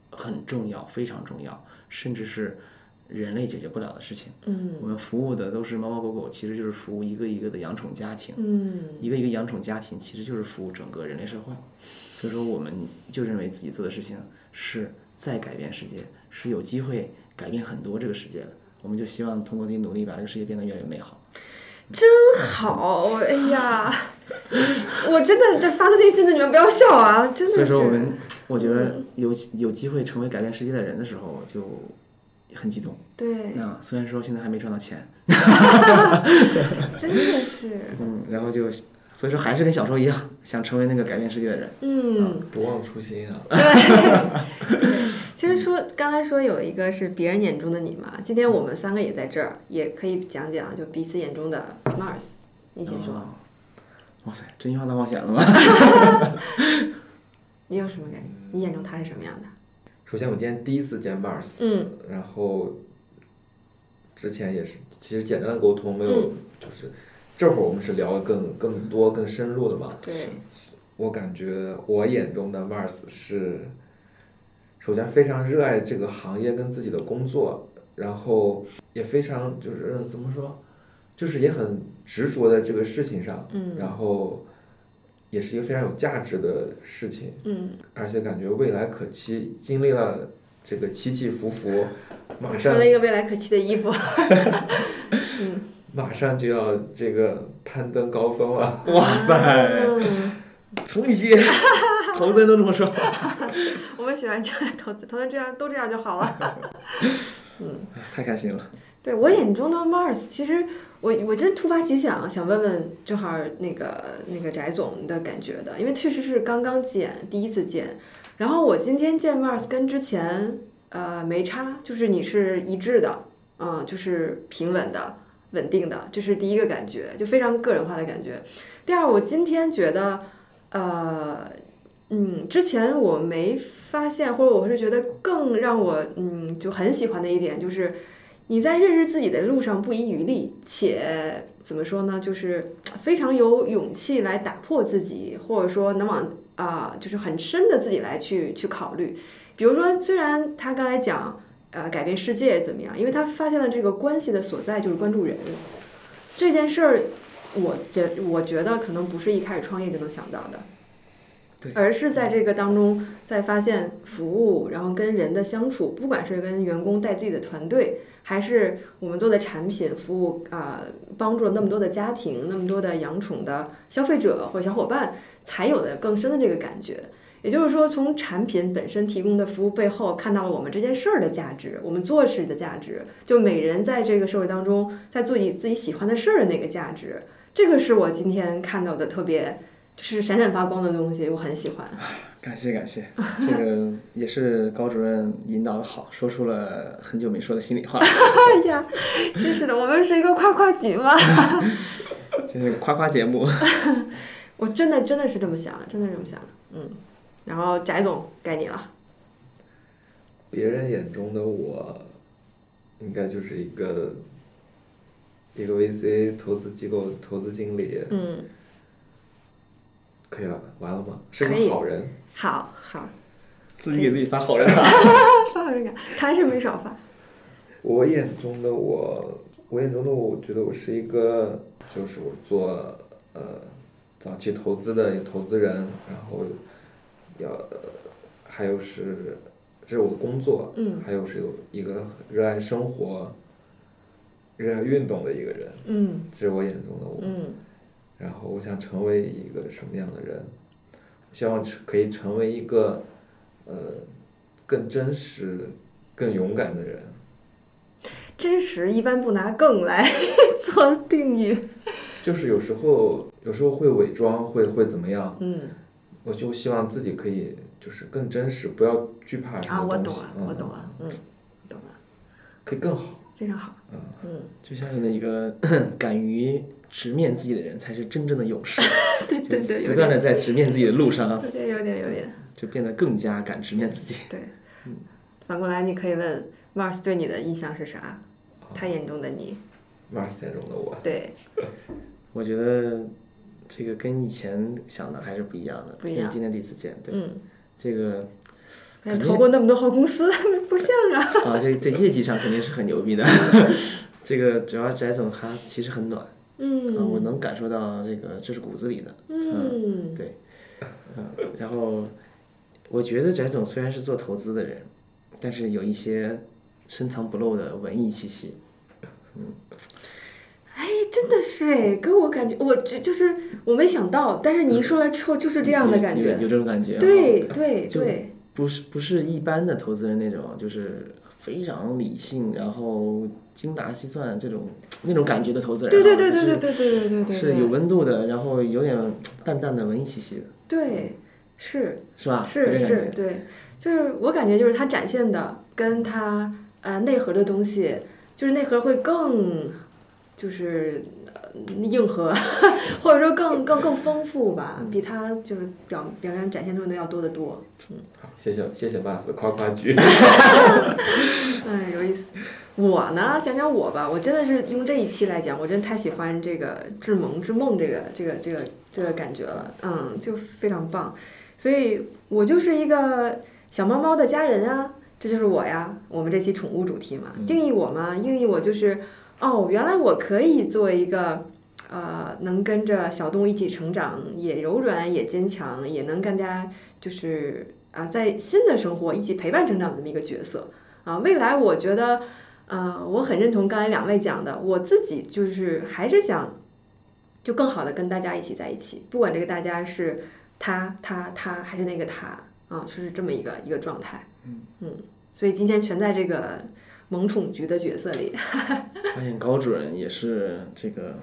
C: 很重要，非常重要，甚至是人类解决不了的事情。
B: 嗯
C: 我们服务的都是猫猫狗狗，其实就是服务一个一个的养宠家庭，
B: 嗯
C: 一个一个养宠家庭其实就是服务整个人类社会。所以说，我们就认为自己做的事情是在改变世界，是有机会改变很多这个世界的。我们就希望通过自己努力，把这个世界变得越来越美好。
B: 好，哎呀， 我真的这发自内心的，你们不要笑啊！真的是，嗯
C: 所以说，我们我觉得有有机会成为改变世界的人的时候，就很激动。
B: 对，
C: 啊，虽然说现在还没赚到钱，
B: 真的是，
C: 嗯，然后就所以说还是跟小时候一样，想成为那个改变世界的人。
B: 嗯，
D: 不忘初心啊！
B: 其实说刚才说有一个是别人眼中的你嘛，今天我们三个也在这儿，也可以讲讲就彼此眼中的 Mars。你先说，
C: 啊哇塞，真心话大冒险了吗？
B: 你有什么感觉？你眼中他是什么样的？
D: 首先，我今天第一次见 Mars，
B: 嗯
D: 然后之前也是，其实简单的沟通没
B: 嗯
D: 有，就是这会儿我们是聊得更更多、更深入的嘛。
B: 对，
D: 我感觉我眼中的 Mars 是，首先非常热爱这个行业跟自己的工作，然后也非常就是呃怎么说，就是也很执着在这个事情上，
B: 嗯
D: 然后也是一个非常有价值的事情。
B: 嗯，
D: 而且感觉未来可期，经历了这个起起伏伏，马上
B: 穿了一个未来可期的衣服，
D: 马上就要这个攀登高峰了。
C: 哇 塞，
B: 嗯，
C: 同理心，投资人都这么说。
B: 我们喜欢这样投资，投资这样都这样就好了。
C: 哎太开心了，
B: 对我眼中的 Mars，其实我我真突发奇想，想问问正好那个那个翟总的感觉的，因为确实是刚刚见，第一次见。然后我今天见 Mars 跟之前呃没差，就是你是一致的，嗯，就是平稳的、稳定的，这是第一个感觉，就非常个人化的感觉。第二，我今天觉得呃嗯，之前我没发现，或者我是觉得更让我嗯就很喜欢的一点就是。你在认识自己的路上不遗余力，且怎么说呢，就是非常有勇气来打破自己，或者说能往啊、就是很深的自己来去去考虑。比如说，虽然他刚才讲呃改变世界怎么样，因为他发现了这个关系的所在就是关注人这件事儿，我觉我觉得可能不是一开始创业就能想到的。
C: 对
B: 而是在这个当中，在发现服务，然后跟人的相处，不管是跟员工带自己的团队，还是我们做的产品服务啊、帮助了那么多的家庭、那么多的养宠的消费者或小伙伴，才有的更深的这个感觉。也就是说，从产品本身提供的服务背后，看到了我们这件事儿的价值，我们做事的价值，就每人在这个社会当中，在做你自己喜欢的事儿的那个价值，这个是我今天看到的特别就是闪闪发光的东西，我很喜欢。
C: 感谢感谢，这个也是高主任引导的好，说出了很久没说的心里话，
B: 哎呀，真是的，我们是一个夸夸局吗？
C: 这是个夸夸节目。
B: 我真的真的是这么想的，真的是这么想的，嗯。然后翟总该你了，
D: 别人眼中的我，应该就是一个一个 VC 投资机构投资经理，
B: 嗯，
D: 可以了，完了吗？是
B: 可以
D: 个好人，
B: 好好，
C: 自己给自己发好人卡。
B: 发好人卡，还是没少发，
D: 我眼中的我，我眼中的我，我觉得我是一个，就是我做呃早期投资的一个投资人，然后要、呃还有是这是我的工作，
B: 嗯
D: 还有是有一个热爱生活、热爱运动的一个人，
B: 嗯
D: 这是我眼中的我。
B: 嗯
D: 然后我想成为一个什么样的人？我希望成可以成为一个呃更真实、更勇敢的人。
B: 真实一般不拿更来 做定语，
D: 就是有时候有时候会伪装，会会怎么样？
B: 嗯
D: 我就希望自己可以就是更真实，不要惧怕什
B: 啊，
D: 么
B: 我
D: 东
B: 懂
D: 西。
B: 了，
D: 嗯
B: 我懂了，，嗯，懂了，
D: 可以更好。
B: 非常 好，
D: 嗯
B: 嗯，
C: 就像是那个 敢于直面自己的人，才是真正的 勇士。
B: 对对对，
C: 不
B: 有
C: 断
B: 点，
C: 的在直面自己的路上，
B: 有点有点有点，
C: 就变得更加敢直面自己。
B: 对，反过来你可以问 Mars 对你的印象是啥，他眼中的你，
D: Mars 眼中的我，
B: 对，
C: 我觉得这个跟以前想的还是不一样的。
B: 不一样
C: 今天第一次见，对、
B: 嗯，
C: 这个
B: 哎
C: 肯定
B: 投过那么多好公司， 不像啊，
C: 啊，这在业绩上肯定是很牛 逼的。这个主要翟总他其实很暖，啊，我
B: 嗯
C: 能感受到这个这是骨子里的。
B: 嗯
C: 对，嗯，然后我觉得翟总虽然是做投资的人，但是有一些深藏不露的文艺气息。
B: 真的是哎，跟我感觉，我就就是我没想到，但是你一说了之后就是这样的感
C: 有
B: 觉
C: 嗯有，有这种感觉。
B: 对，对
C: 就
B: 对，
C: 不是不是一般的投资人那种，就是非常理性，然后精打细算这种那种感觉的投资人啊。
B: 对对对对
C: 就是
B: 对对对对对对，
C: 是有温度的，然后有点淡淡的文艺气息的，
B: 对是
C: 是吧？啊有
B: 是
C: 这
B: 是
C: 感，觉，
B: 对，就是我感觉就是它展现的跟它呃内核的东西，就是内核会更就是呃硬核， 或者说更更更丰富吧，
C: 嗯
B: 比它就是表表面展现出来的要多得多。
D: 好谢谢谢谢 Mars 的夸夸局。
B: 哎，有意思。我呢，想想我吧，我真的是用这一期来讲，我真太喜欢这个“智萌之梦”这个这个这个这个感觉了，嗯，就非常棒。所以我就是一个小猫猫的家人啊，这就是我呀。我们这期宠物主题嘛，定义我嘛，定义我就是哦，原来我可以做一个。呃，能跟着小动物一起成长，也柔软，也坚强，也能跟大家就是啊，在新的生活一起陪伴成长的这么一个角色。啊，未来我觉得，呃，我很认同刚才两位讲的，我自己就是还是想，就更好的跟大家一起在一起，不管这个大家是他、他、他还是那个他啊，就是这么一个一个状态。嗯所以今天全在这个萌宠局的角色里。
C: 发现高主任也是这个，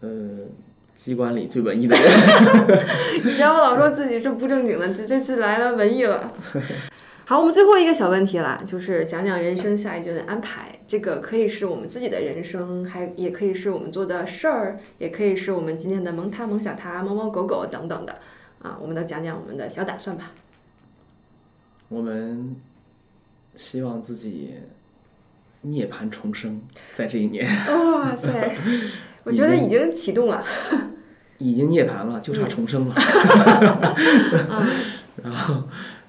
C: 呃，机关里最文艺的人。
B: 以前我老说自己是不正经的，这这次来了文艺了。 好，我们最后一个小问题啦，就是讲讲人生下一阶段的安排。这个可以是我们自己的人生，还也可以是我们做的事儿，也可以是我们今天的萌他、萌小他、猫猫狗狗等等的啊。我们都讲讲我们的小打算吧。
C: 我们希望自己涅槃重生，在这一年
B: 哇塞， 我觉得已经启动了。
C: 已经涅槃了，就
B: 嗯
C: 差重 生了。 然后，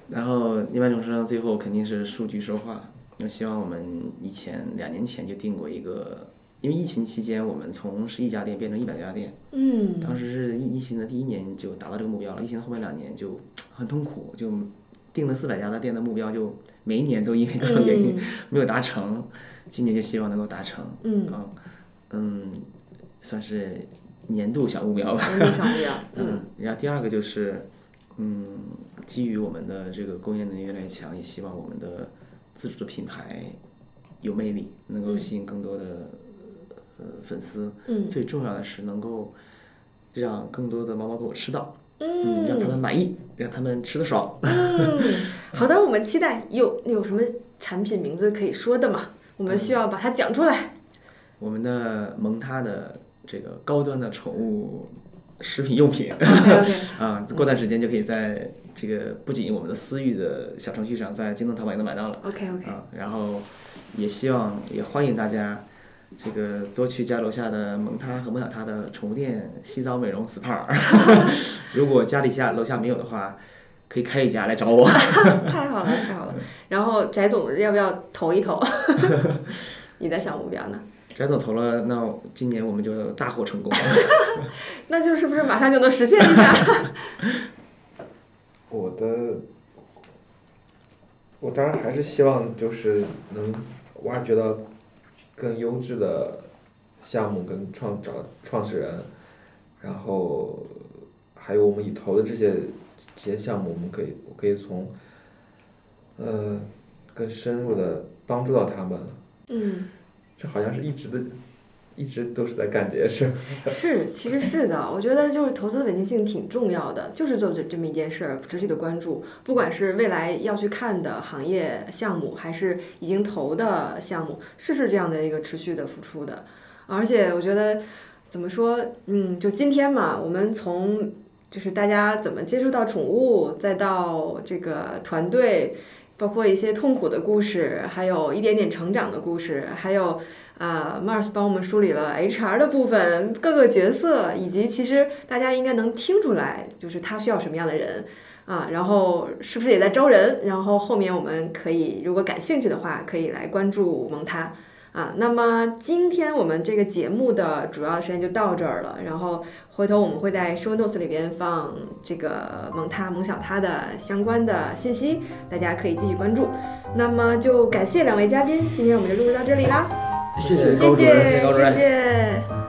C: 然后涅槃重生最后肯定是数据说话。那希望我们以前两年前就定过一个，因为疫情期间我们从十一家店变成一百家店，
B: 嗯
C: 当时是疫疫情的第一年就达到这个目标了，疫情的后面两年就很痛苦，就定了四百家的店的目标，就每一年都因为各种原因
B: 嗯
C: 没有达成，今年就希望能够达成。
B: 嗯，
C: 嗯嗯，算是年度小目标吧。
B: 我们小目标。嗯，
C: 然后第二个就是，嗯，基于我们的这个供应链越来越强，也希望我们的自主的品牌有魅力，能够吸引更多的呃粉丝。
B: 嗯
C: 最重要的是能够让更多的猫猫狗吃到。嗯，让他
B: 嗯
C: 们满意，让他们吃得爽。
B: 嗯，好的，我们期待有有什么产品名字可以说的吗？我们需要把它讲出来。
C: 我们的蒙他的这个高端的宠物食品 用品
B: OK OK，
C: 啊，过段时间就可以在这个不仅我们的私域的小程序上，在京东、淘宝也能买到了。
B: OK OK，
C: 啊，然后也希望也欢迎大家，这个多去家楼下的蒙他和蒙小他的宠物店洗澡美 容 SPA 儿。如果家里下楼下没有的话，可以开一家来找 我。
B: 太好了太好了。然后翟总要不要投一投？ 你的小目标呢？
C: 翟总投了，那今年我们就大获成功。
B: 那就是不是马上就能实现一下？
D: 我的，我当然还是希望就是能挖掘到更优质的项目跟创找创始人，然后还有我们已投的这些这些项目，我们可以我可以从，呃，更深入的帮助到他们。
B: 嗯，
D: 这好像是一直的，一直都是在干这些事儿。
B: 是，其实是的，我觉得就是投资的稳定性挺重要的，就是做这这么一件事儿，持续的关注，不管是未来要去看的行业项目，还是已经投的项目，是是这样的一个持续的付出的。而且我觉得怎么说，嗯，就今天嘛，我们从就是大家怎么接触到宠物，再到这个团队。包括一些痛苦的故事，还有一点点成长的故事，还有啊、m a r s 帮我们梳理了 HR 的部分、各个角色，以及其实大家应该能听出来，就是他需要什么样的人啊，然后是不是也在招人？然后后面我们可以，如果感兴趣的话，可以来关注蒙他啊。那么今天我们这个节目的主要时间就到这儿了，然后回头我们会在 show notes 里边放这个蒙他、蒙小他的相关的信息，大家可以继续关注。那么就感谢两位嘉宾，今天我们就录制到这里啦。
C: 谢
B: 谢
C: 高主任，
B: 谢
C: 高主任。
B: 谢。